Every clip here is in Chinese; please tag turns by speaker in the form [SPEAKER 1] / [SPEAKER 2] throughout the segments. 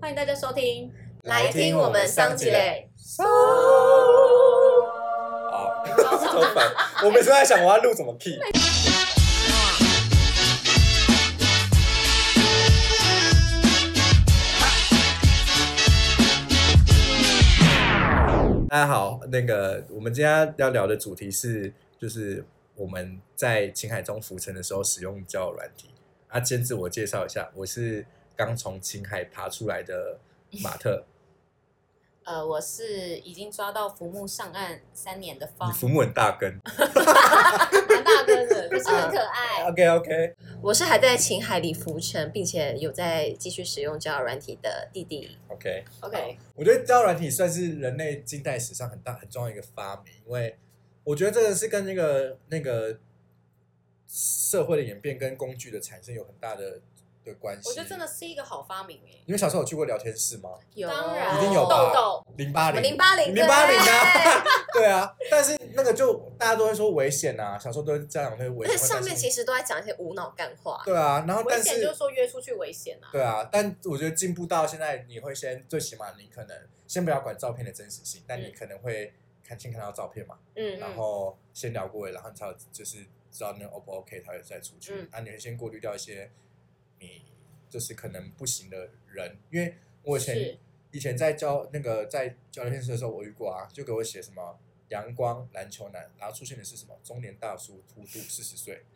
[SPEAKER 1] 欢迎大家收听，
[SPEAKER 2] 来听我们上集嘞。啊，超 烦！我每次都在想我要录什么 key。大家好，那个我们今天要聊的主题是，就是我们在情海中浮沉的时候使用交友软体。啊，先自我介绍一下，我是刚从情海爬出来的马特，
[SPEAKER 1] 呃，我是已经抓到浮木上岸三年的方
[SPEAKER 2] 你，父母很大根。
[SPEAKER 1] 蛮大哥的，可是很可爱。
[SPEAKER 2] OK OK，
[SPEAKER 3] 我是还在情海里浮沉，并且有在继续使用交友软体的弟弟。
[SPEAKER 2] OK，
[SPEAKER 1] OK，
[SPEAKER 2] 我觉得交友软体算是人类近代史上很大很重要的一个发明，因为我觉得这个是跟那个那个社会的演变跟工具的产生有很大的的关系。
[SPEAKER 1] 我觉得真的，是一个好发明
[SPEAKER 2] 你们小时候有去过聊天室吗？
[SPEAKER 3] 有哦
[SPEAKER 1] 哎，当然
[SPEAKER 2] 一定有
[SPEAKER 1] 豆
[SPEAKER 2] 吧
[SPEAKER 1] 豆，
[SPEAKER 2] 零八零
[SPEAKER 3] 零八零
[SPEAKER 2] 零八零啊， 对啊，但是那个就大家都会说危险啊，小时候都会家长会危
[SPEAKER 3] 而
[SPEAKER 2] 险。
[SPEAKER 3] 且上面其
[SPEAKER 2] 实
[SPEAKER 3] 实都在讲一些无脑干话。
[SPEAKER 2] 对啊，然后但
[SPEAKER 1] 危
[SPEAKER 2] 是
[SPEAKER 1] 险就是说约出去危险啊。
[SPEAKER 2] 对啊，但我觉得进步到现在，你会先最起码你可能先不要管照片的真实性，但你可能会看先看到照片嘛，
[SPEAKER 3] 嗯，
[SPEAKER 2] 然后先聊过了，然后你才有就是知道那个 O 不 OK，才会再出去。
[SPEAKER 1] 嗯
[SPEAKER 2] 啊，你会先过滤掉一些你就是可能不行的人，因为我以前
[SPEAKER 1] 是
[SPEAKER 2] 以前在教那个在教聊天室的时候，我遇过啊，就给我写什么。阳光篮球男，然后出现的是什么？中年大叔，秃度，四十岁，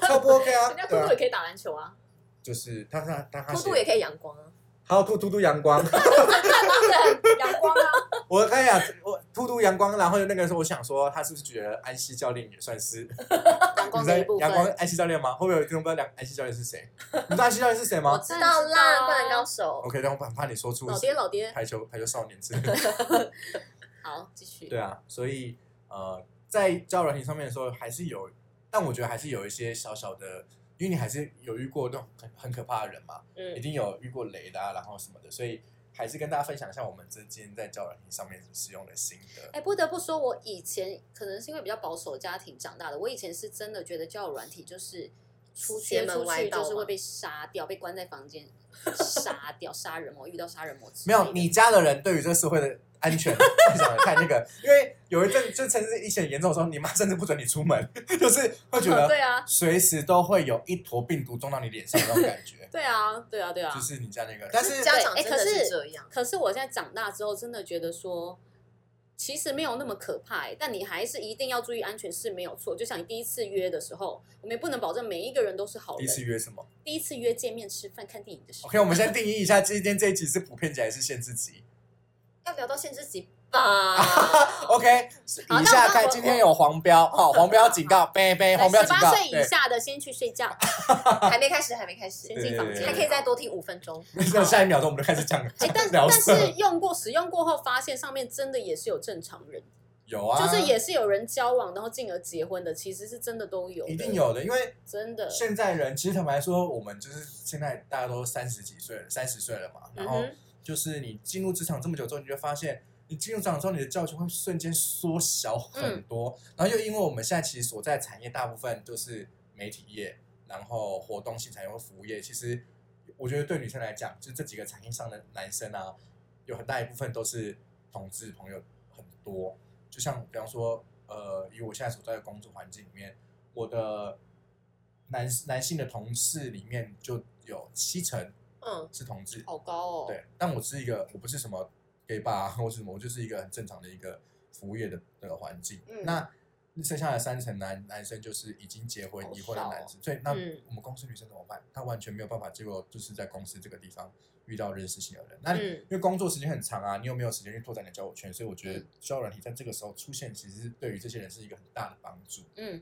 [SPEAKER 2] 超不 OK 啊
[SPEAKER 1] 人家！
[SPEAKER 2] 对
[SPEAKER 1] 兔
[SPEAKER 2] 啊
[SPEAKER 1] 兔也，可以打篮球啊，
[SPEAKER 2] 就是他他他他
[SPEAKER 3] 兔
[SPEAKER 2] 写
[SPEAKER 3] 兔也可以阳光啊，
[SPEAKER 2] 好兔兔兔阳光，
[SPEAKER 1] 对，阳光啊，
[SPEAKER 2] 我哎呀，我突突阳光，然后那个时候我想说，他是不是觉得安西教练也算是
[SPEAKER 3] 阳光
[SPEAKER 2] 你
[SPEAKER 3] 的
[SPEAKER 2] 在
[SPEAKER 3] 一部
[SPEAKER 2] 阳光
[SPEAKER 3] 分。
[SPEAKER 2] 安西教练吗？会不会有听众不知道安西教练是 谁？你知道安西教练是谁
[SPEAKER 3] 我
[SPEAKER 2] 吗
[SPEAKER 3] 知道
[SPEAKER 1] 当然知道
[SPEAKER 3] 啦，
[SPEAKER 1] 啊
[SPEAKER 3] 灌篮高手，
[SPEAKER 2] ？OK，但我很怕你说出
[SPEAKER 1] 老爹老爹。
[SPEAKER 2] 排球排球少年之类的。
[SPEAKER 1] 好，继续。
[SPEAKER 2] 对啊，所以呃，在交友软体上面的时候，还是有，但我觉得还是有一些小小的，因为你还是有遇过那种很很可怕的人嘛，
[SPEAKER 3] 嗯
[SPEAKER 2] 一定有遇过雷的、啊，然后什么的，所以还是跟大家分享一下我们之间在交友软体上面使用的心得。
[SPEAKER 1] 哎、不得不说，我以前可能是因为比较保守的家庭长大的，我以前是真的觉得交友软体就是出
[SPEAKER 3] 邪
[SPEAKER 1] 约
[SPEAKER 3] 门
[SPEAKER 1] 出
[SPEAKER 3] 歪
[SPEAKER 1] 去
[SPEAKER 3] 道
[SPEAKER 1] 就是会
[SPEAKER 3] 嘛
[SPEAKER 1] 被杀掉，被关在房间杀掉，杀人魔遇到杀人魔之
[SPEAKER 2] 没
[SPEAKER 1] 类的
[SPEAKER 2] 有，你家的人对于这社会的安全 幻想的太那个，因为有一阵就曾经疫情严重的时候，你妈甚至不准你出门， 就是会觉 得
[SPEAKER 1] 对啊，，
[SPEAKER 2] 随时都会有一坨病毒撞到你脸上的那种感觉
[SPEAKER 1] 对啊，对 啊，对啊
[SPEAKER 2] 就。是你家那个。但是
[SPEAKER 3] 家长
[SPEAKER 1] 对哎
[SPEAKER 3] 真的
[SPEAKER 1] 可是
[SPEAKER 3] 是这样，
[SPEAKER 1] 可是我现在长大之后，真的觉得说，其实没有那么可怕、欸，但你还是一定要注意安全是没有错。就像你第一次约的时候，我们也不能保证每一个人都是好
[SPEAKER 2] 第一
[SPEAKER 1] 人。
[SPEAKER 2] 次约什么
[SPEAKER 1] 第一次约见面、吃饭、看电影的时候
[SPEAKER 2] ？OK，我们先定义一下，今天这一集是普遍级还是限制级
[SPEAKER 3] 要聊到限制 级吧？
[SPEAKER 2] ？OK，
[SPEAKER 1] 好
[SPEAKER 2] 以下
[SPEAKER 1] 那我
[SPEAKER 2] 看
[SPEAKER 1] 我
[SPEAKER 2] 今天有黄标，哈，黄标警告，贝贝，黄标
[SPEAKER 1] 十
[SPEAKER 2] 警
[SPEAKER 1] 八
[SPEAKER 2] 告，
[SPEAKER 1] 岁以
[SPEAKER 2] 对，
[SPEAKER 1] 下的先去睡觉，
[SPEAKER 3] 还没开始，还没开始
[SPEAKER 1] 先，进房间，
[SPEAKER 2] 对
[SPEAKER 3] 还可以再多听五分 钟。
[SPEAKER 2] 那下一秒钟我们就开始讲
[SPEAKER 1] 哎，但
[SPEAKER 2] 聊
[SPEAKER 1] 但
[SPEAKER 2] 色
[SPEAKER 1] 是用过使用过后，发现上面真的也是有正常人，
[SPEAKER 2] 有啊，
[SPEAKER 1] 就是也是有人交往，然后进而结婚的，其实是真的都有，
[SPEAKER 2] 一定，有的，因为
[SPEAKER 1] 真的。
[SPEAKER 2] 现在人其实坦白说，我们就是现在大家都三十几岁了，三十岁了嘛，然后
[SPEAKER 1] 嗯
[SPEAKER 2] 就是你进入职场这么久之后，你就会发现，你进入职场之后，你的教群会瞬间缩小很多。
[SPEAKER 1] 嗯
[SPEAKER 2] 然后又因为我们现在其实所在产业大部分就是媒体业，然后活动性产业或服务业，其实我觉得对女生来讲，就这几个产业上的男生啊，有很大一部分都是同志朋友很多。就像比方说，呃，以我现在所在的工作环境里面，我的男男性的同事里面就有七成
[SPEAKER 3] 嗯，
[SPEAKER 2] 是同志
[SPEAKER 1] 哼，，好高哦，
[SPEAKER 2] 对，但我是一个，我不是什么 gay bar 啊或是什么，我就是一个很正常的一个服务业的的环境。
[SPEAKER 1] 嗯
[SPEAKER 2] 那剩下的三成男男生就是已经结婚
[SPEAKER 1] 好
[SPEAKER 2] 已婚的
[SPEAKER 1] 少
[SPEAKER 2] 男
[SPEAKER 1] 哦
[SPEAKER 2] 生，所以那
[SPEAKER 3] 嗯
[SPEAKER 2] 我们公司女生怎么办？她完全没有办法，结果就是在公司这个地方遇到认识新的人。那、
[SPEAKER 3] 嗯
[SPEAKER 2] 因为工作时间很长啊，你有没有时间去拓展你的交友圈？所以我
[SPEAKER 1] 嗯
[SPEAKER 2] 觉得交友软体在这个时候出现，其实是对于这些人是一个很大的帮助。
[SPEAKER 1] 嗯，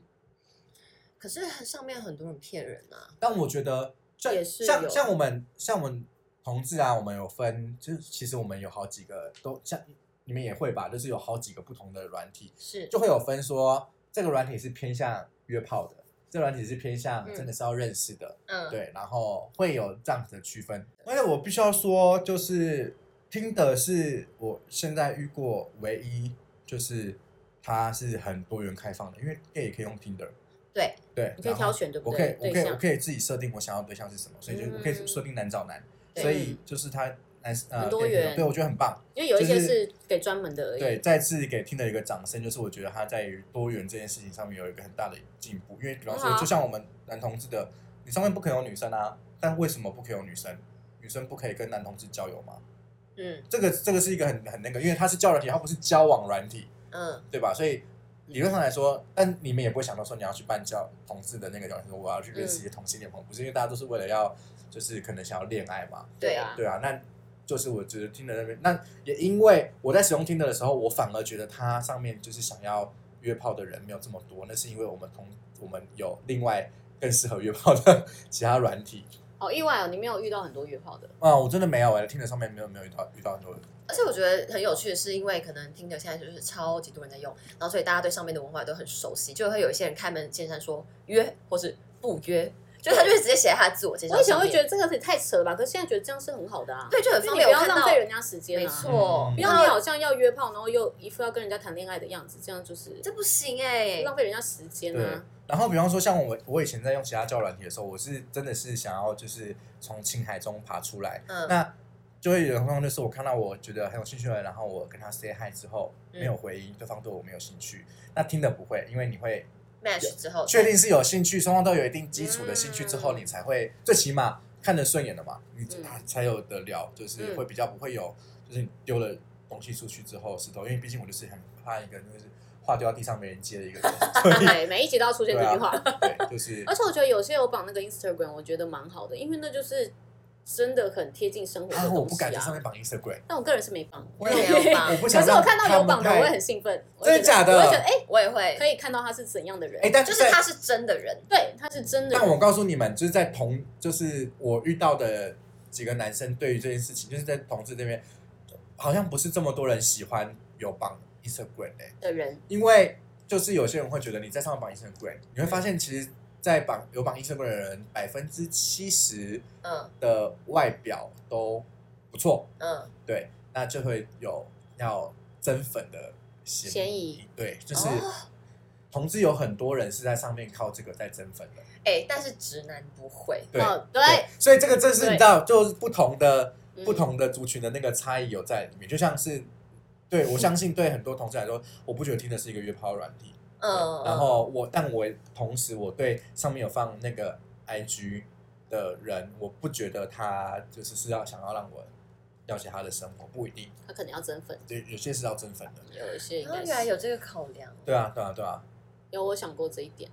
[SPEAKER 3] 可是上面很多人骗人啊，
[SPEAKER 2] 但我觉得像
[SPEAKER 1] 也是有
[SPEAKER 2] 像像我们像我们同志啊，我们有分，就是其实我们有好几个都像你们也会吧，就是有好几个不同的软体，
[SPEAKER 3] 是
[SPEAKER 2] 就会有分说这个软体是偏向约炮的，这个软体是偏向
[SPEAKER 1] 嗯
[SPEAKER 2] 真的是要认识的，
[SPEAKER 3] 嗯，
[SPEAKER 2] 对，然后会有这样子的区分。而且我必须要说，就是听的是我现在遇过唯一就是它是很多元开放的，因为 gay 也可以用 Tinder，
[SPEAKER 3] 对，
[SPEAKER 2] 对，
[SPEAKER 1] 你可以
[SPEAKER 2] 然后
[SPEAKER 1] 挑选对不
[SPEAKER 2] 我可以
[SPEAKER 1] 对？，对
[SPEAKER 2] 我可以，我
[SPEAKER 1] 象
[SPEAKER 2] 可以自己设定我想要的对象是什么，所以就我可以
[SPEAKER 1] 嗯
[SPEAKER 2] 设定男找男，
[SPEAKER 3] 对
[SPEAKER 2] 所以就是他男呃
[SPEAKER 1] 很多
[SPEAKER 2] 给听众
[SPEAKER 1] 元
[SPEAKER 2] 对我觉得很棒。
[SPEAKER 1] 因为有一些
[SPEAKER 2] 就是
[SPEAKER 1] 是给专门的而已。
[SPEAKER 2] 对，再次给听的一个掌声，就是我觉得他在于多元这件事情上面有一个很大的进步。因为比方
[SPEAKER 1] 很
[SPEAKER 2] 说，
[SPEAKER 1] 好啊
[SPEAKER 2] 就像我们男同志的，你上面不可以有女生啊，但为什么不可以有女生？女生不可以跟男同志交友吗？
[SPEAKER 1] 嗯，
[SPEAKER 2] 这个这个是一个很很那个，因为它是交友软体，它不是交往软体，
[SPEAKER 3] 嗯，
[SPEAKER 2] 对吧？所以理论上来说，但你们也不会想到说你要去办交同志的那个交友软体，我要去认
[SPEAKER 1] 嗯
[SPEAKER 2] 识一些同性恋朋友，不是因为大家都是为了要就是可能想要恋爱嘛，
[SPEAKER 3] 对
[SPEAKER 1] 啊，
[SPEAKER 2] 对啊，那就是我觉得听的那边，那也因为我在使用听的的时候，我反而觉得它上面就是想要约炮的人没有这么多，那是因为我们同我们有另外更适合约炮的 其他软体。
[SPEAKER 1] 好意外哦，你没有遇到很多约炮的，
[SPEAKER 2] 啊，我真的没有哎、听的上面没有没有遇到遇到很多人。
[SPEAKER 3] 而且我觉得很有趣的是，因为可能听的现在就是超级多人在用，然后所以大家对上面的文化都很熟悉，就会有一些人开门见山说约或是不约，就他就会直接写在他的自我介绍
[SPEAKER 1] 我以
[SPEAKER 3] 上
[SPEAKER 1] 前
[SPEAKER 3] 面。
[SPEAKER 1] 会觉得这个也太扯了吧，可是现在觉得这样是很好的啊，
[SPEAKER 3] 对，就很
[SPEAKER 1] 因为你
[SPEAKER 3] 方
[SPEAKER 1] 不
[SPEAKER 3] 便。我
[SPEAKER 1] 要
[SPEAKER 3] 看
[SPEAKER 1] 浪
[SPEAKER 3] 到
[SPEAKER 1] 费人家时间
[SPEAKER 3] 没
[SPEAKER 1] 啊。
[SPEAKER 3] 错，
[SPEAKER 2] 嗯
[SPEAKER 1] 不
[SPEAKER 3] 然
[SPEAKER 1] 要你
[SPEAKER 3] 后
[SPEAKER 1] 好像要约炮，然后又一副要跟人家谈恋爱的样子，这样就是
[SPEAKER 3] 这不行哎、
[SPEAKER 1] 浪费人家时间
[SPEAKER 2] 对
[SPEAKER 1] 啊。，
[SPEAKER 2] 然后比方说像我我以前在用其他交友软体的时候，我是真的是想要就是从青海中爬出来，
[SPEAKER 3] 嗯，
[SPEAKER 2] 那就会有人况就是我看到我觉得很有兴趣的人，然后我跟他 say hi 之后没
[SPEAKER 1] 嗯
[SPEAKER 2] 有回应，对方对我没有兴趣。那听的不会，因为你会
[SPEAKER 3] match 之后
[SPEAKER 2] 确定是有兴趣，双方都有一定基础的兴趣之后，
[SPEAKER 1] 嗯
[SPEAKER 2] 你才会最起码看得顺眼了嘛，你
[SPEAKER 1] 嗯
[SPEAKER 2] 啊才有得了，就是
[SPEAKER 1] 嗯
[SPEAKER 2] 会比较不会有，就是你丢了东西出去之后石头，因为毕竟我就是很怕一个就是话丢到地上没人接的一个人，所以
[SPEAKER 1] 对，每一集都要 出现这句话。
[SPEAKER 2] 对，就是
[SPEAKER 1] 而且我觉得有些有绑那个 Instagram，我觉得蛮好的，因为那就是真的很贴近生活
[SPEAKER 2] 啊，
[SPEAKER 1] 的
[SPEAKER 2] 我
[SPEAKER 1] 东
[SPEAKER 2] 不
[SPEAKER 1] 西
[SPEAKER 2] 敢在上
[SPEAKER 1] 啊。
[SPEAKER 2] 面绑 Instagram，
[SPEAKER 1] 但我个人是没绑，
[SPEAKER 2] 我
[SPEAKER 3] 也没有绑
[SPEAKER 2] 我不
[SPEAKER 1] 可
[SPEAKER 2] 想
[SPEAKER 1] 是我
[SPEAKER 2] 让
[SPEAKER 1] 看到有绑的，
[SPEAKER 2] 他们
[SPEAKER 1] 我
[SPEAKER 2] 太
[SPEAKER 1] 会很兴奋。我
[SPEAKER 2] 真的
[SPEAKER 1] 会觉得
[SPEAKER 2] 假的
[SPEAKER 1] 我会觉得哎，
[SPEAKER 3] 我也会，
[SPEAKER 1] 可以看到他是怎样的人
[SPEAKER 2] 哎，。但
[SPEAKER 3] 就是
[SPEAKER 2] 在
[SPEAKER 3] 他是真的人，
[SPEAKER 1] 对，他是真的
[SPEAKER 2] 但
[SPEAKER 1] 人。
[SPEAKER 2] 我告诉你们，就是在同，就是我遇到的几个男生，对于这件事情，就是在同志这边，好像不是这么多人喜欢有绑 Instagram 欸
[SPEAKER 1] 的人，
[SPEAKER 2] 因为就是有些人会觉得你在上面绑 Instagram，你会发现其实，在绑有绑 Instagram 的人，百分之七十
[SPEAKER 3] 嗯
[SPEAKER 2] 的外表都不错，
[SPEAKER 3] 嗯，
[SPEAKER 2] 对，那就会有要增粉的嫌
[SPEAKER 1] 嫌疑，
[SPEAKER 2] 对，就是。
[SPEAKER 3] 哦
[SPEAKER 2] 同志有很多人是在上面靠这个在增粉的，
[SPEAKER 3] 哎、但是直男不会，
[SPEAKER 2] 对，
[SPEAKER 1] 哦对，
[SPEAKER 2] 对，所以这个正是
[SPEAKER 1] 对
[SPEAKER 2] 你知道，就是不同的、
[SPEAKER 1] 嗯
[SPEAKER 2] 不同的族群的那个差异有在里面，就像是。 对，我相信对很多同事来说，我不觉得听的是一个约炮软体。
[SPEAKER 1] 哦
[SPEAKER 3] 嗯，
[SPEAKER 2] 然后我，但我同时我对上面有放那个 IG 的人，我不觉得他就是是要想要让我了解他的生活，不一定。
[SPEAKER 1] 他可能要增粉，
[SPEAKER 2] 对，有些是要增粉的。
[SPEAKER 1] 有一些应
[SPEAKER 3] 然后
[SPEAKER 1] 该
[SPEAKER 3] 哦原来
[SPEAKER 1] 是
[SPEAKER 3] 有这个考量，
[SPEAKER 2] 对啊，对啊，对啊。
[SPEAKER 1] 有我想过这一点。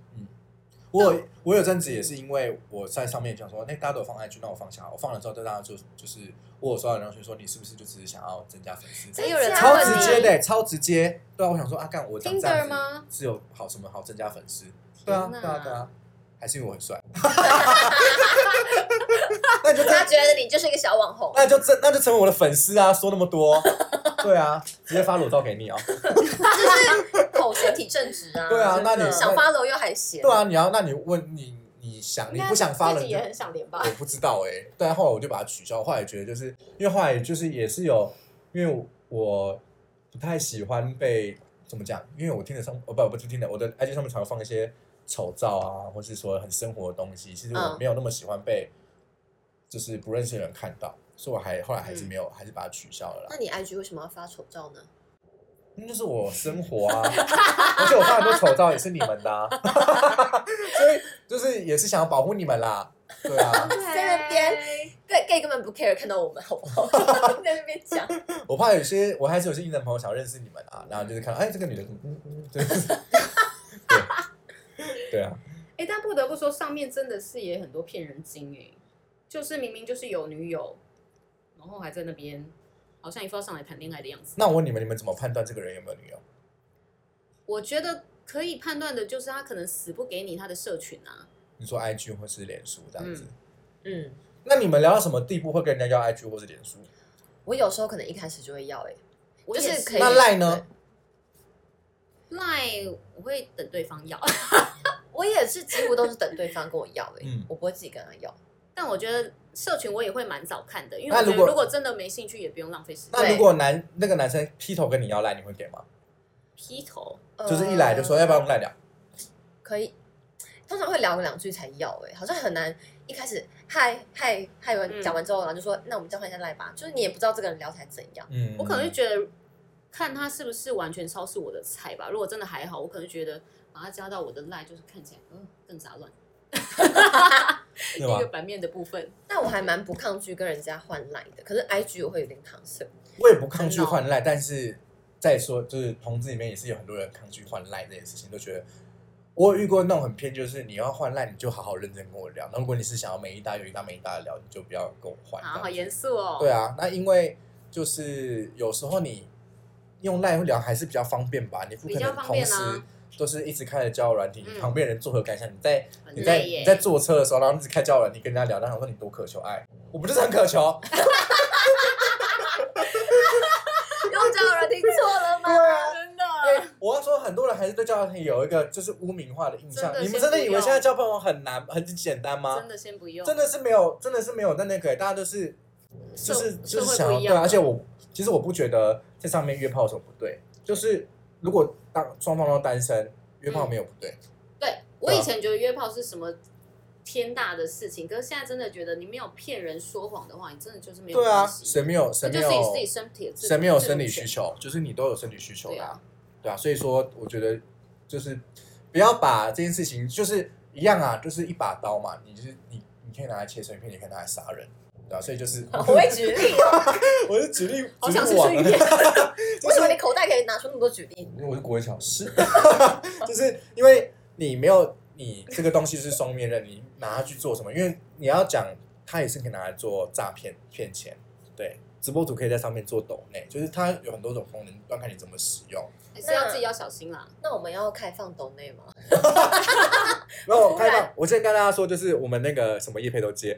[SPEAKER 2] 我有我有阵子也是因为我在上面讲说，那、大家都有放 IG，那我放下。我放了之后，对大家就就是我有收到人讯说，你是不是就只是想要增加粉丝？
[SPEAKER 1] 哎真有人
[SPEAKER 3] 假
[SPEAKER 2] 超
[SPEAKER 3] 的
[SPEAKER 1] 问
[SPEAKER 2] 直
[SPEAKER 1] 你
[SPEAKER 2] 接的、超直接。对啊，我想说啊，干我长这
[SPEAKER 1] Tinder
[SPEAKER 2] 样子
[SPEAKER 1] 吗？
[SPEAKER 2] 是有好什么好增加粉丝？对啊，对
[SPEAKER 1] 天哪
[SPEAKER 2] 啊，对啊，还是因为我 很帅。那你就
[SPEAKER 3] 他
[SPEAKER 2] 真，
[SPEAKER 3] 觉得你就是一个小网红，
[SPEAKER 2] 那就真，那就成为我的粉丝啊！说那么多，对啊，直接发裸照给你啊！
[SPEAKER 3] 就是口嫌体正直 啊，
[SPEAKER 2] 对啊，那你
[SPEAKER 3] 想发楼又还嫌，
[SPEAKER 2] 对啊，你要，那你问你，你想你不想发了，
[SPEAKER 1] 自己
[SPEAKER 2] 你就
[SPEAKER 1] 也很想连吧？
[SPEAKER 2] 我不知道哎、欸，但后来我就把它取消。后来觉得就是因为后来就是也是有，因为我不太喜欢被怎么讲，因为我听得上哦不不是听的，我的 IG 上面常放一些丑照啊，或是说很生活的东西。其实我
[SPEAKER 3] 嗯
[SPEAKER 2] 没有那么喜欢被就是不认识的人看到，所以我还后来还是没有，还是把它取消了啦
[SPEAKER 3] 那。你 IG 为什么要发丑照呢？
[SPEAKER 2] 那就是我生活啊，而且我发很多丑照也是你们的、啊， 所以就是也是想要保护你们啦。对啊，
[SPEAKER 3] 在那边对 gay 根本不 care 看到我们好不好？ 在那边 讲，
[SPEAKER 2] 我怕有些，我还是有些艺人朋友想认识你们啊，然后就是看到，哎，这个女的，嗯嗯 嗯，对，对，对啊，
[SPEAKER 1] 哎、但不得不说，上面真的是也很多骗人精哎、就是明明就是有女友，然后还在那边好像一副要上来谈恋爱的样子。
[SPEAKER 2] 那我问你们，你们怎么判断这个人有没有女友？
[SPEAKER 1] 我觉得可以判断的就是他可能死不给你他的社群啊，
[SPEAKER 2] 你说 IG 或是脸书这样子？
[SPEAKER 3] 嗯，
[SPEAKER 2] 那你们聊到什么地步会跟人家要 IG 或是脸书？
[SPEAKER 3] 我有时候可能一开始就会要哎、
[SPEAKER 1] 我
[SPEAKER 3] 就
[SPEAKER 1] 也
[SPEAKER 3] 是可以
[SPEAKER 2] 那赖呢？
[SPEAKER 1] 赖我会等对方要，
[SPEAKER 3] 我也是几乎都是等对方跟我要哎、
[SPEAKER 2] 嗯
[SPEAKER 3] 我不会自己跟他要。
[SPEAKER 1] 但我觉得社群我也会蛮早看的，因为
[SPEAKER 2] 那
[SPEAKER 1] 我觉得
[SPEAKER 2] 如果
[SPEAKER 1] 如果真的没兴趣，也不用浪费时间
[SPEAKER 2] 那如果男那个男生劈头跟你要赖，你会给吗？
[SPEAKER 1] 劈头。
[SPEAKER 2] 就是一来就说
[SPEAKER 3] 呃
[SPEAKER 2] 要不要用赖聊？
[SPEAKER 3] 欸可以，通常会聊个两句才要哎、好像很难一开始哎、嗨嗨嗨完
[SPEAKER 1] 嗯
[SPEAKER 3] 讲完之后，然后就说那我们交换一下赖吧，就是你也不知道这个人聊起来怎样。
[SPEAKER 2] 嗯，
[SPEAKER 1] 我可能就觉得看他是不是完全超是我的菜吧。如果真的还好，我可能觉得把他加到我的 line 就是看起来嗯更杂乱，
[SPEAKER 2] 对
[SPEAKER 1] 第一个
[SPEAKER 2] 吧？
[SPEAKER 1] 版面的部分。
[SPEAKER 3] 但我还蛮不抗拒跟人家换赖的，可是 IG 我会有点 concern。
[SPEAKER 2] 我也不抗拒换赖，但是再
[SPEAKER 1] 哦
[SPEAKER 2] 说就是同志里面也是有很多人抗拒换赖这件事情，都觉得。我有遇过那种很偏，就是你要换赖，你就好好认真跟我聊。那如果你是想要每一搭有一搭没一搭的聊，你就不要跟我换。
[SPEAKER 1] 啊，
[SPEAKER 2] 这
[SPEAKER 1] 好
[SPEAKER 2] 样子
[SPEAKER 1] 严肃哦。
[SPEAKER 2] 对啊，那因为就是有时候你用赖聊还是比较方便吧，你不可
[SPEAKER 1] 比较
[SPEAKER 2] 能
[SPEAKER 1] 方
[SPEAKER 2] 同
[SPEAKER 1] 便
[SPEAKER 2] 时
[SPEAKER 1] 啊
[SPEAKER 2] 都是一直开着交友软体，
[SPEAKER 1] 嗯
[SPEAKER 2] 你旁边人作何感想？你在
[SPEAKER 1] 很
[SPEAKER 2] 你在
[SPEAKER 1] 累耶
[SPEAKER 2] 你在坐车的时候，然后一直开交友软体跟人家聊，然后想说你多渴求爱，我不就是很渴求？
[SPEAKER 3] 用交友软体错了吗？
[SPEAKER 1] 真的，
[SPEAKER 2] 我要说很多人还是对交友软体有一个就是污名化的印象
[SPEAKER 1] 真，的
[SPEAKER 2] 你们
[SPEAKER 1] 先
[SPEAKER 2] 真的
[SPEAKER 1] 不
[SPEAKER 2] 以为
[SPEAKER 1] 用
[SPEAKER 2] 现在交朋友很难很简单吗
[SPEAKER 1] 真？的先不用，
[SPEAKER 2] 真的是没有，真的是没有在那个，大家都是就是
[SPEAKER 1] 社
[SPEAKER 2] 就
[SPEAKER 1] 社会
[SPEAKER 2] 是
[SPEAKER 1] 不
[SPEAKER 2] 想要
[SPEAKER 1] 一
[SPEAKER 2] 对
[SPEAKER 1] 样
[SPEAKER 2] 啊，而且我其实我不觉得在上面约炮有什么不对，就是如果当双方都单身，约
[SPEAKER 1] 嗯
[SPEAKER 2] 炮没有不对，
[SPEAKER 1] 对我以前觉得约炮是什么天大的事情，可是现在真的觉得你没有骗人说谎的话，你真的就是没有
[SPEAKER 2] 对啊，
[SPEAKER 1] 关系
[SPEAKER 2] 谁没有谁
[SPEAKER 1] 这就
[SPEAKER 2] 没有
[SPEAKER 1] 是你自己身体的自主
[SPEAKER 2] 谁没有
[SPEAKER 1] 自主
[SPEAKER 2] 生理
[SPEAKER 1] 权
[SPEAKER 2] 需求，就是你都有生理需求
[SPEAKER 1] 对
[SPEAKER 2] 啦、
[SPEAKER 1] 啊
[SPEAKER 2] 对啊，所以说我觉得就是不要把这件事情就是一样啊，就是一把刀嘛，你就是你你可以拿来切生鱼片，你可以拿来杀人。对啊，所以就是，
[SPEAKER 3] 我会举 例哦，
[SPEAKER 2] 我是举例，
[SPEAKER 1] 好
[SPEAKER 2] 举例
[SPEAKER 1] 想吃
[SPEAKER 2] 网
[SPEAKER 1] 生鱼
[SPEAKER 2] 啊
[SPEAKER 1] 片，
[SPEAKER 3] 为什么你口袋可以拿出那么多举例？
[SPEAKER 2] 因为我是国文小师， 就是因为你没有你这个东西是双面刃，你拿它去做什么？因为你要讲，它也是可以拿来做诈骗、骗钱。对，直播主可以在上面做抖内，就是它有很多种功能，端看你怎么使用。
[SPEAKER 1] 还是要自己要小心啦。
[SPEAKER 3] 那我们要开放抖内吗？
[SPEAKER 2] 然后
[SPEAKER 3] 突然
[SPEAKER 2] 开 放，我之前跟大家说，就是我们那个什么叶配都接，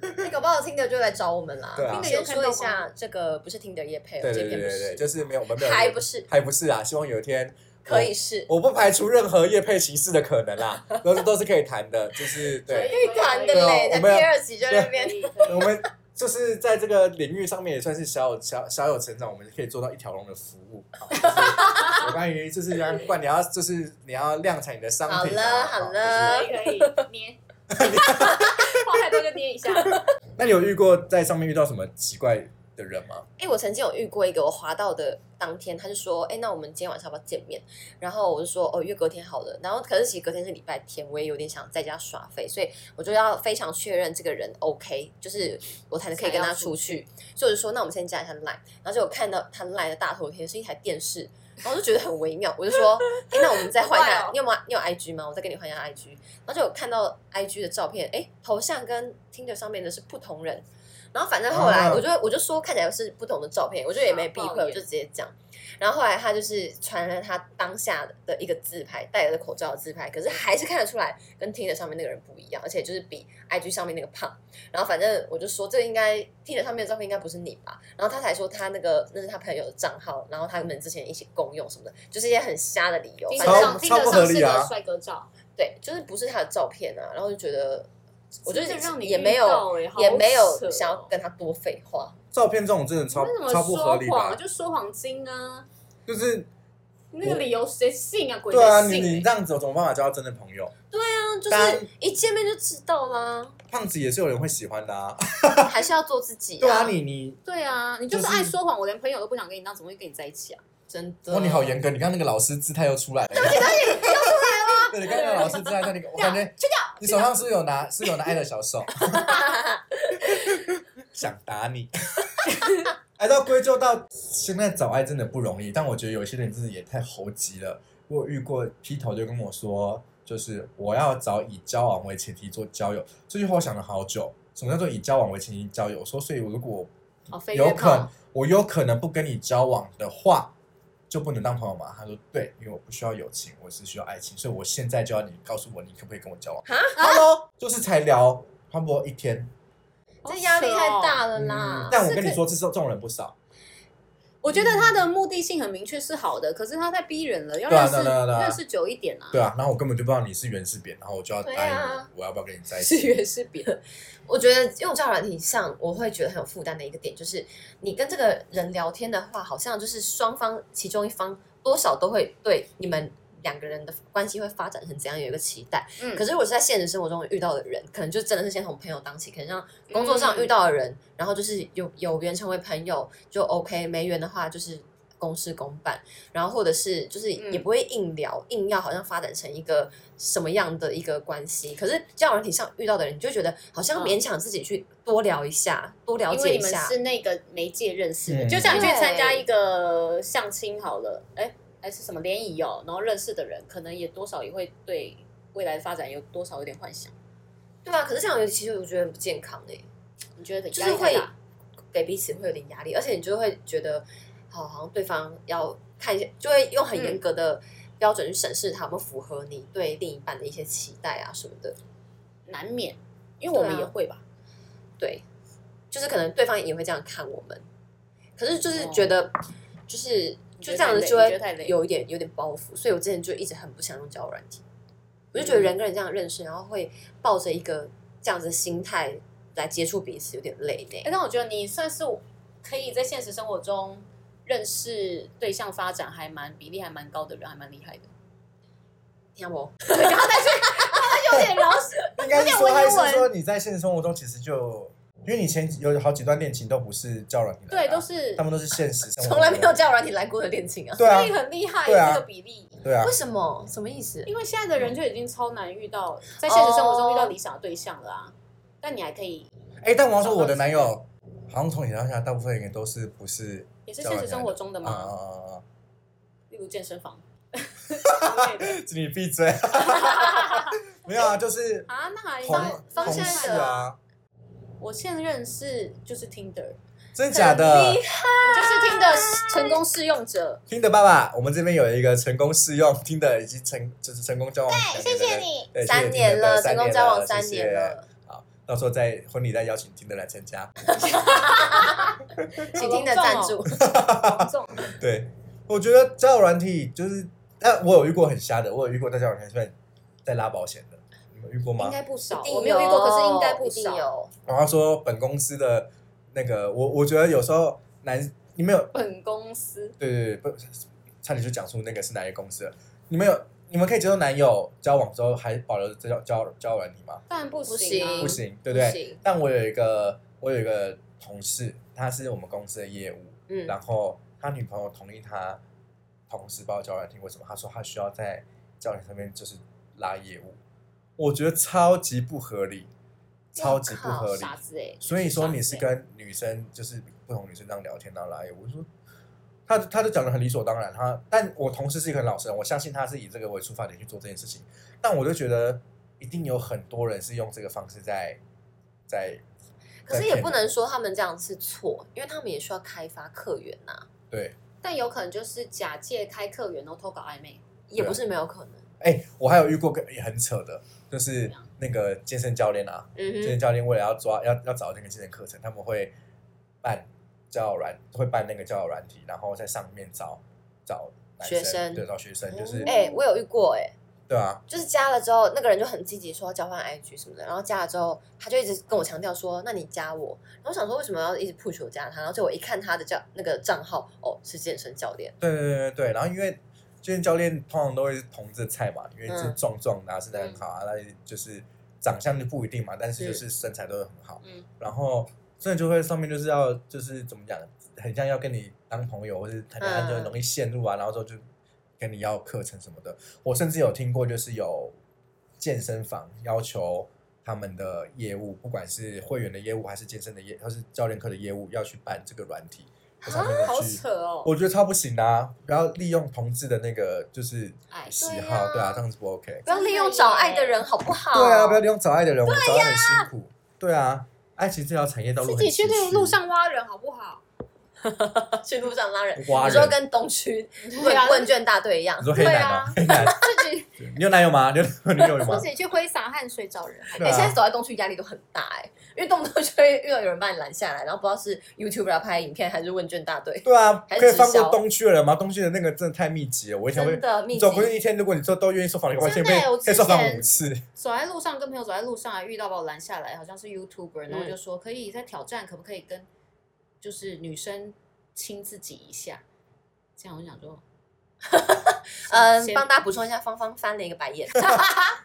[SPEAKER 3] 那搞不好听的就来找我们啦。
[SPEAKER 2] 对啊
[SPEAKER 3] 听的先说一下，这个不是听的叶配哦，
[SPEAKER 2] 对
[SPEAKER 3] 这
[SPEAKER 2] 对对
[SPEAKER 3] 边不
[SPEAKER 2] 对对，
[SPEAKER 3] 是，
[SPEAKER 2] 就是没有我们没有
[SPEAKER 3] 还不是
[SPEAKER 2] 还不是啊，希望有一天
[SPEAKER 3] 可以是
[SPEAKER 2] 我，我不排除任何叶配形式的可能啦，都是都是可以谈的，就是对。
[SPEAKER 3] 可以谈的
[SPEAKER 2] 对啊
[SPEAKER 3] 嘞，在
[SPEAKER 2] 我们要
[SPEAKER 3] 第二集就在 那
[SPEAKER 1] 可
[SPEAKER 3] 边。
[SPEAKER 1] 以可以
[SPEAKER 2] 我们就是在这个领域上面也算是小有小小有成长，我们可以做到一条龙的服务。好就是有关于就是不管你要就是你要量产你的商品、啊，
[SPEAKER 3] 好了好了
[SPEAKER 1] 可以可以捏， 话太多就捏一下。
[SPEAKER 2] 就是那你有遇过在上面遇到什么奇怪的人吗？
[SPEAKER 3] 哎、我曾经有遇过一个，我滑到的当天，他就说，哎、那我们今天晚上要不要见面？然后我就说，哦，约隔天好了。然后可是其实隔天是礼拜天，我也有点想在家耍废，所以我就要非常确认这个人 OK，就是我才能可以跟他出去。所以我就说，那我们先加一下 line。然后就有看到他 line 的大头贴是一台电视，然后我就觉得很微妙，我就说，哎、那我们再 换一
[SPEAKER 1] 好怪
[SPEAKER 3] 下
[SPEAKER 1] 哦，
[SPEAKER 3] 你有没有你有 IG 吗？我再跟你换一下 IG。然后就有看到 IG 的照片，哎、头像跟 Tinder 上面的是不同人。然后反正后来
[SPEAKER 2] 啊
[SPEAKER 3] 我就、我就说看起来是不同的照片，我就也没避
[SPEAKER 1] 傻
[SPEAKER 3] 讳，
[SPEAKER 1] 爆眼
[SPEAKER 3] 我就直接讲。然后后来他就是传了他当下的一个自拍，戴着口罩的自拍，可是还是看得出来跟 Tinder 上面那个人不一样，而且就是比 IG 上面那个胖。然后反正我就说这应该 Tinder 上面的照片应该不是你吧？然后他才说他那个那是他朋友的账号，然后他们之前一起共用什么的，就是一些很瞎的理由。
[SPEAKER 1] 听
[SPEAKER 3] 反
[SPEAKER 1] 得
[SPEAKER 3] 正
[SPEAKER 2] 超
[SPEAKER 1] 上听得
[SPEAKER 2] 超不
[SPEAKER 1] 上
[SPEAKER 2] 合
[SPEAKER 1] 是
[SPEAKER 2] 理啊
[SPEAKER 1] 个帅哥照，
[SPEAKER 3] 对，就是不是他的照片啊，然后就觉得，我觉
[SPEAKER 1] 真的让
[SPEAKER 3] 得
[SPEAKER 1] 你
[SPEAKER 3] 也
[SPEAKER 1] 遇
[SPEAKER 3] 没
[SPEAKER 1] 到
[SPEAKER 3] 有
[SPEAKER 1] 欸好
[SPEAKER 3] 也没有
[SPEAKER 1] 扯
[SPEAKER 3] 想要
[SPEAKER 1] 哦
[SPEAKER 3] 跟他多废话。
[SPEAKER 2] 照片这种真的超
[SPEAKER 1] 为什么
[SPEAKER 2] 超不合
[SPEAKER 1] 说
[SPEAKER 2] 理
[SPEAKER 1] 谎啊？
[SPEAKER 2] 吧？
[SPEAKER 1] 就说谎精啊！
[SPEAKER 2] 就是
[SPEAKER 1] 那个理由谁信啊？鬼
[SPEAKER 2] 对啊，
[SPEAKER 1] 才
[SPEAKER 2] 你
[SPEAKER 1] 信欸、
[SPEAKER 2] 你这样子有什么办法交到真的朋友？
[SPEAKER 3] 嗯，就
[SPEAKER 2] 当
[SPEAKER 3] 是一见面就知道 啦，
[SPEAKER 2] 胖子也是有人会喜欢的啊。
[SPEAKER 3] 还是要做自己、
[SPEAKER 2] 对啊，你你
[SPEAKER 1] 对啊，你就是
[SPEAKER 2] 就是
[SPEAKER 1] 爱说谎，我连朋友都不想跟你当，怎么会跟你在一起啊？
[SPEAKER 3] 真的。
[SPEAKER 2] 哇，你好严格！你刚刚那个老师姿态又出来了，对， 你刚刚那个老师姿态在那个，我感觉
[SPEAKER 1] 去掉，
[SPEAKER 2] 你手上是不是有拿， 是不是有拿爱的小手，想打 你。哎，到归咎到现在找爱真的不容易，但我觉得有些人真的也太猴急了。我有遇过劈头就跟我说，就是我要找以交往为前提做交友，这句话我想了好久。什么叫做以交往为前提交友？我说，所以我如果
[SPEAKER 1] 哦，飞
[SPEAKER 2] 有
[SPEAKER 1] 跃
[SPEAKER 2] 可能
[SPEAKER 1] 炮，
[SPEAKER 2] 我有可能不跟你交往的话，就不能当朋友嘛？他说对，因为我不需要友情，我是需要爱情，所以我现在就要你告诉我，你可不可以跟我交往
[SPEAKER 3] 哈
[SPEAKER 2] ？Hello，就是才聊差不多一天，
[SPEAKER 3] 这压力太
[SPEAKER 1] 哦
[SPEAKER 3] 大了啦
[SPEAKER 2] 嗯。但我
[SPEAKER 1] 是
[SPEAKER 2] 跟
[SPEAKER 1] 可啊
[SPEAKER 2] 你说，这这种人不少，
[SPEAKER 1] 我觉得他的目的性很明确是好的，可是他太逼人了，要
[SPEAKER 2] 嗯对啊
[SPEAKER 1] 认识、
[SPEAKER 2] 对啊对啊对啊
[SPEAKER 1] 认识久一点啊。
[SPEAKER 2] 对啊。然后我根本就不知道你是原是扁，然后我就要答
[SPEAKER 3] 对
[SPEAKER 2] 应
[SPEAKER 3] 啊
[SPEAKER 2] 你，我要不要跟你在一
[SPEAKER 1] 是
[SPEAKER 2] 起？
[SPEAKER 1] 圆是扁，
[SPEAKER 3] 我觉得用交友软体上，我会觉得很有负担的一个点，就是你跟这个人聊天的话，好像就是双方其中一方多少都会对你们两个人的关系会发展成怎样有一个期待。
[SPEAKER 1] 嗯
[SPEAKER 3] 可是我是在现实生活中遇到的人，可能就真的是先从朋友当起，可能像工作上
[SPEAKER 1] 嗯
[SPEAKER 3] 遇到的人，然后就是有有缘成为朋友就 OK，没缘的话就是公事公办，然后或者是就是也
[SPEAKER 1] 嗯
[SPEAKER 3] 不会硬聊，硬要好像发展成一个什么样的一个关系。可是交友软体上遇到的人，你就觉得好像
[SPEAKER 1] 嗯
[SPEAKER 3] 勉强自己去多聊一下，多了
[SPEAKER 1] 因为
[SPEAKER 3] 解
[SPEAKER 1] 你
[SPEAKER 3] 一
[SPEAKER 1] 们
[SPEAKER 3] 下，
[SPEAKER 1] 是那个媒介认识的，
[SPEAKER 2] 嗯
[SPEAKER 1] 就像你去
[SPEAKER 3] 对
[SPEAKER 1] 参加一个相亲好了，哎哎是什么联谊哦，然后认识的人可能也多少也会对未来的发展有多少有点幻想，
[SPEAKER 3] 对啊。可是这样其实我觉得很不健康诶、欸
[SPEAKER 1] 你觉得
[SPEAKER 3] 就
[SPEAKER 1] 压
[SPEAKER 3] 是
[SPEAKER 1] 力太
[SPEAKER 3] 会
[SPEAKER 1] 大？
[SPEAKER 3] 给彼此会有点压力，而且你就会觉得，好，好像对方要看一下，就会用很
[SPEAKER 1] 嗯
[SPEAKER 3] 严格的标准去审视他有没有符合你对另一半的一些期待啊什么的。
[SPEAKER 1] 难免，因为我们
[SPEAKER 3] 对啊
[SPEAKER 1] 也会吧，
[SPEAKER 3] 对，就是可能对方也会这样看我们，可是就是觉得，就是
[SPEAKER 1] 哦你
[SPEAKER 3] 就
[SPEAKER 1] 觉
[SPEAKER 3] 这
[SPEAKER 1] 得太累你觉得
[SPEAKER 3] 样子就
[SPEAKER 1] 太
[SPEAKER 3] 会
[SPEAKER 1] 累
[SPEAKER 3] 有一点有点包袱，所以我之前就一直很不想用交友软体，我就
[SPEAKER 1] 嗯
[SPEAKER 3] 觉得人跟人这样认识，然后会抱着一个这样子的心态来接触彼此，有点累呢。
[SPEAKER 1] 哎，但我觉得你算是可以在现实生活中认识对象发展还蛮比例还蛮高的人，还蛮厉害的。
[SPEAKER 3] 听到不？
[SPEAKER 1] 有点饶舌，
[SPEAKER 2] 应该是说，
[SPEAKER 1] 有点文
[SPEAKER 2] 还
[SPEAKER 1] 言文
[SPEAKER 2] 是说你在现实生活中其实就，因为你前有好几段恋情都不是交友软体来的啊，
[SPEAKER 1] 对，都是
[SPEAKER 2] 他，们都是现实生活，
[SPEAKER 3] 从来没有。交友软体来过的恋情啊。
[SPEAKER 2] 对啊
[SPEAKER 1] 所以，很厉害
[SPEAKER 2] 对啊
[SPEAKER 1] 这个比例。
[SPEAKER 2] 对啊
[SPEAKER 3] 为，什么？什么意思？
[SPEAKER 1] 因为现在的人就已经超难遇到，在现实生活中遇
[SPEAKER 3] 哦
[SPEAKER 1] 到理想的对象了啊。但你还可以，
[SPEAKER 2] 哎，但我要说我的男友，好像从以前到现在，大部分人都是不是
[SPEAKER 1] 也是现实生活中的
[SPEAKER 2] 啊啊啊
[SPEAKER 1] 嘛，
[SPEAKER 2] 啊啊！
[SPEAKER 1] 例如健身房 之类的
[SPEAKER 2] 你闭嘴！没有啊，就是
[SPEAKER 1] 啊，那 还
[SPEAKER 2] 同
[SPEAKER 1] 那
[SPEAKER 2] 同
[SPEAKER 1] 方向
[SPEAKER 2] 事
[SPEAKER 1] 的
[SPEAKER 2] 啊，
[SPEAKER 1] 我现任是就是 Tinder，
[SPEAKER 2] 真的假的
[SPEAKER 3] 很厉？
[SPEAKER 1] 我就是 Tinder 成功试用者。
[SPEAKER 2] 听的爸爸，我们这边有一个成功试用听的，已经成就是成功交往两年的人。对，谢谢
[SPEAKER 1] 你
[SPEAKER 3] 三
[SPEAKER 2] 听
[SPEAKER 3] 年
[SPEAKER 2] 的
[SPEAKER 3] 了，
[SPEAKER 2] 三
[SPEAKER 3] 成功交往
[SPEAKER 2] 了
[SPEAKER 3] 三
[SPEAKER 2] 谢
[SPEAKER 3] 年
[SPEAKER 2] 谢
[SPEAKER 3] 了，
[SPEAKER 2] 好，到时候再婚礼再邀请听的来参加。
[SPEAKER 3] 请听的赞
[SPEAKER 1] 哦
[SPEAKER 3] 助。
[SPEAKER 1] 王总，
[SPEAKER 2] 对，我觉得交友软体就是，但我有遇过很瞎的，我有遇过在交友软体上面在拉保险的，你们遇过吗
[SPEAKER 1] 应？该不少，
[SPEAKER 3] 一 定
[SPEAKER 1] 哦我没有遇过，可是应该
[SPEAKER 3] 一
[SPEAKER 1] 不
[SPEAKER 3] 定
[SPEAKER 1] 少。
[SPEAKER 3] 有。
[SPEAKER 2] 然后他说本公司的那个，我我觉得有时候男，你们有
[SPEAKER 1] 本公司
[SPEAKER 2] 对对对，不，差点就讲出那个是哪一个公司了。你们有你们可以接受男友交往之后还保留这交交交友软体吗？
[SPEAKER 1] 当然不
[SPEAKER 3] 不
[SPEAKER 1] 啊
[SPEAKER 2] 不
[SPEAKER 3] 行
[SPEAKER 2] 行，对不
[SPEAKER 3] 嗯不
[SPEAKER 2] 对？
[SPEAKER 3] 行，
[SPEAKER 2] 但我有一个我有一个同事，他是我们公司的业务，
[SPEAKER 3] 嗯，
[SPEAKER 2] 然后他女朋友同意他同时报交友软体，为什么？他说他需要在教练上面就是拉业务，我觉得超级不合理，超级不合理。
[SPEAKER 1] 傻子哎。
[SPEAKER 2] 所以说你是跟女生就是不同女生这样聊天，然后拉业务，我就说。他他就讲的很理所当然，他但我同事是一个很老实人，我相信他是以这个为出发点去做这件事情，但我就觉得一定有很多人是用这个方式在在，
[SPEAKER 3] 可是
[SPEAKER 2] 在
[SPEAKER 3] 也
[SPEAKER 2] 骗
[SPEAKER 3] 不
[SPEAKER 2] 人
[SPEAKER 3] 能说他们这样是错，因为他们也需要开发客源啊呐、
[SPEAKER 2] 对，
[SPEAKER 1] 但有可能就是假借开客源，然后偷搞暧昧。
[SPEAKER 2] 啊
[SPEAKER 3] 也不是没有可能。
[SPEAKER 2] 哎、我还有遇过个也很扯的，就
[SPEAKER 1] 怎
[SPEAKER 2] 是
[SPEAKER 1] 么样
[SPEAKER 2] 那个健身教练啊，健身
[SPEAKER 3] 嗯
[SPEAKER 2] 教练为了要抓要要找那个健身课程，他们会办交友软，会办那个交友软体，然后在上面找找男
[SPEAKER 3] 学生
[SPEAKER 2] 对，找学生，就是、
[SPEAKER 1] 哦
[SPEAKER 3] 哎、我有遇过哎、
[SPEAKER 2] 对啊，
[SPEAKER 3] 就是加了之后，那个人就很积极说交换 IG 什么的，然后加了之后，他就一直跟我强调说，那你加我。然后我想说为什么要一直 push 我加他？然后结果我一看他的叫那个账号，哦，是健身教练，
[SPEAKER 2] 对对对对对，然后因为健身教练通常都会是同志菜嘛，因为是
[SPEAKER 3] 嗯
[SPEAKER 2] 壮壮的、啊，身材很好啊，那、就是长相就不一定嘛，但是就是身材都很好，
[SPEAKER 1] 嗯，
[SPEAKER 2] 然后真的就会上面就是要就是怎么讲，很像要跟你当朋友，或是谈恋爱就
[SPEAKER 3] 嗯
[SPEAKER 2] 很容易陷入啊，然后之后就跟你要课程什么的。我甚至有听过，就是有健身房要求他们的业务，不管是会员的业务还是健身的业，或是教练课的业务，要去办这个软体，在上面
[SPEAKER 1] 啊，好
[SPEAKER 2] 的去。
[SPEAKER 1] 扯哦。
[SPEAKER 2] 我觉得超不行的、啊，不要利用同志的那个就是
[SPEAKER 1] 哎
[SPEAKER 2] 喜
[SPEAKER 3] 对
[SPEAKER 2] 好，
[SPEAKER 3] 啊
[SPEAKER 2] 对啊，这样子不 OK。
[SPEAKER 3] 不要利用找爱的人好不
[SPEAKER 1] 哦
[SPEAKER 3] 好？
[SPEAKER 2] 对啊，不要利用找爱的人，我们找爱很辛苦。对啊，爱情这条产业道路
[SPEAKER 1] 自
[SPEAKER 2] 很
[SPEAKER 1] 己去
[SPEAKER 2] 崎
[SPEAKER 1] 那
[SPEAKER 2] 岖
[SPEAKER 1] 路上挖人好不 好？
[SPEAKER 3] 去路上拉人，
[SPEAKER 2] 挖
[SPEAKER 3] 你说
[SPEAKER 2] 人
[SPEAKER 3] 跟东区
[SPEAKER 1] 对啊
[SPEAKER 3] 问，问卷大队一样
[SPEAKER 2] 你。说黑男吗？黑男，
[SPEAKER 1] 自己
[SPEAKER 2] 你有男友吗？你有你有女友吗
[SPEAKER 1] 自？己去挥洒汗水找人。
[SPEAKER 2] 对
[SPEAKER 3] 哎、现在
[SPEAKER 2] 啊，
[SPEAKER 3] 走在东区压力都很大哎、因为动不动就会遇到有人把你拦下来，然后不知道是 YouTuber 拍影片还是问卷大队，
[SPEAKER 2] 对啊，
[SPEAKER 3] 还是
[SPEAKER 2] 可以放
[SPEAKER 3] 直
[SPEAKER 2] 过
[SPEAKER 3] 销
[SPEAKER 2] 东区的人吗？东区的那个真的太密集了，我以前
[SPEAKER 3] 真
[SPEAKER 2] 会。
[SPEAKER 3] 的密
[SPEAKER 2] 你
[SPEAKER 3] 集
[SPEAKER 2] 总不是一天，如果你说都愿意受访，你完全
[SPEAKER 1] 真
[SPEAKER 2] 被
[SPEAKER 1] 的我
[SPEAKER 2] 可以受访
[SPEAKER 1] 之前
[SPEAKER 2] 五次。
[SPEAKER 1] 走在路上，跟朋友走在路上，啊还遇到把我拦下来，好像是 YouTuber，然后就
[SPEAKER 3] 嗯
[SPEAKER 1] 说可以再挑战，可不可以跟 就是女生亲自己一下？这样我就想说，
[SPEAKER 3] 嗯，
[SPEAKER 1] 先
[SPEAKER 3] 帮大家补充一下，芳芳翻了一个白 眼。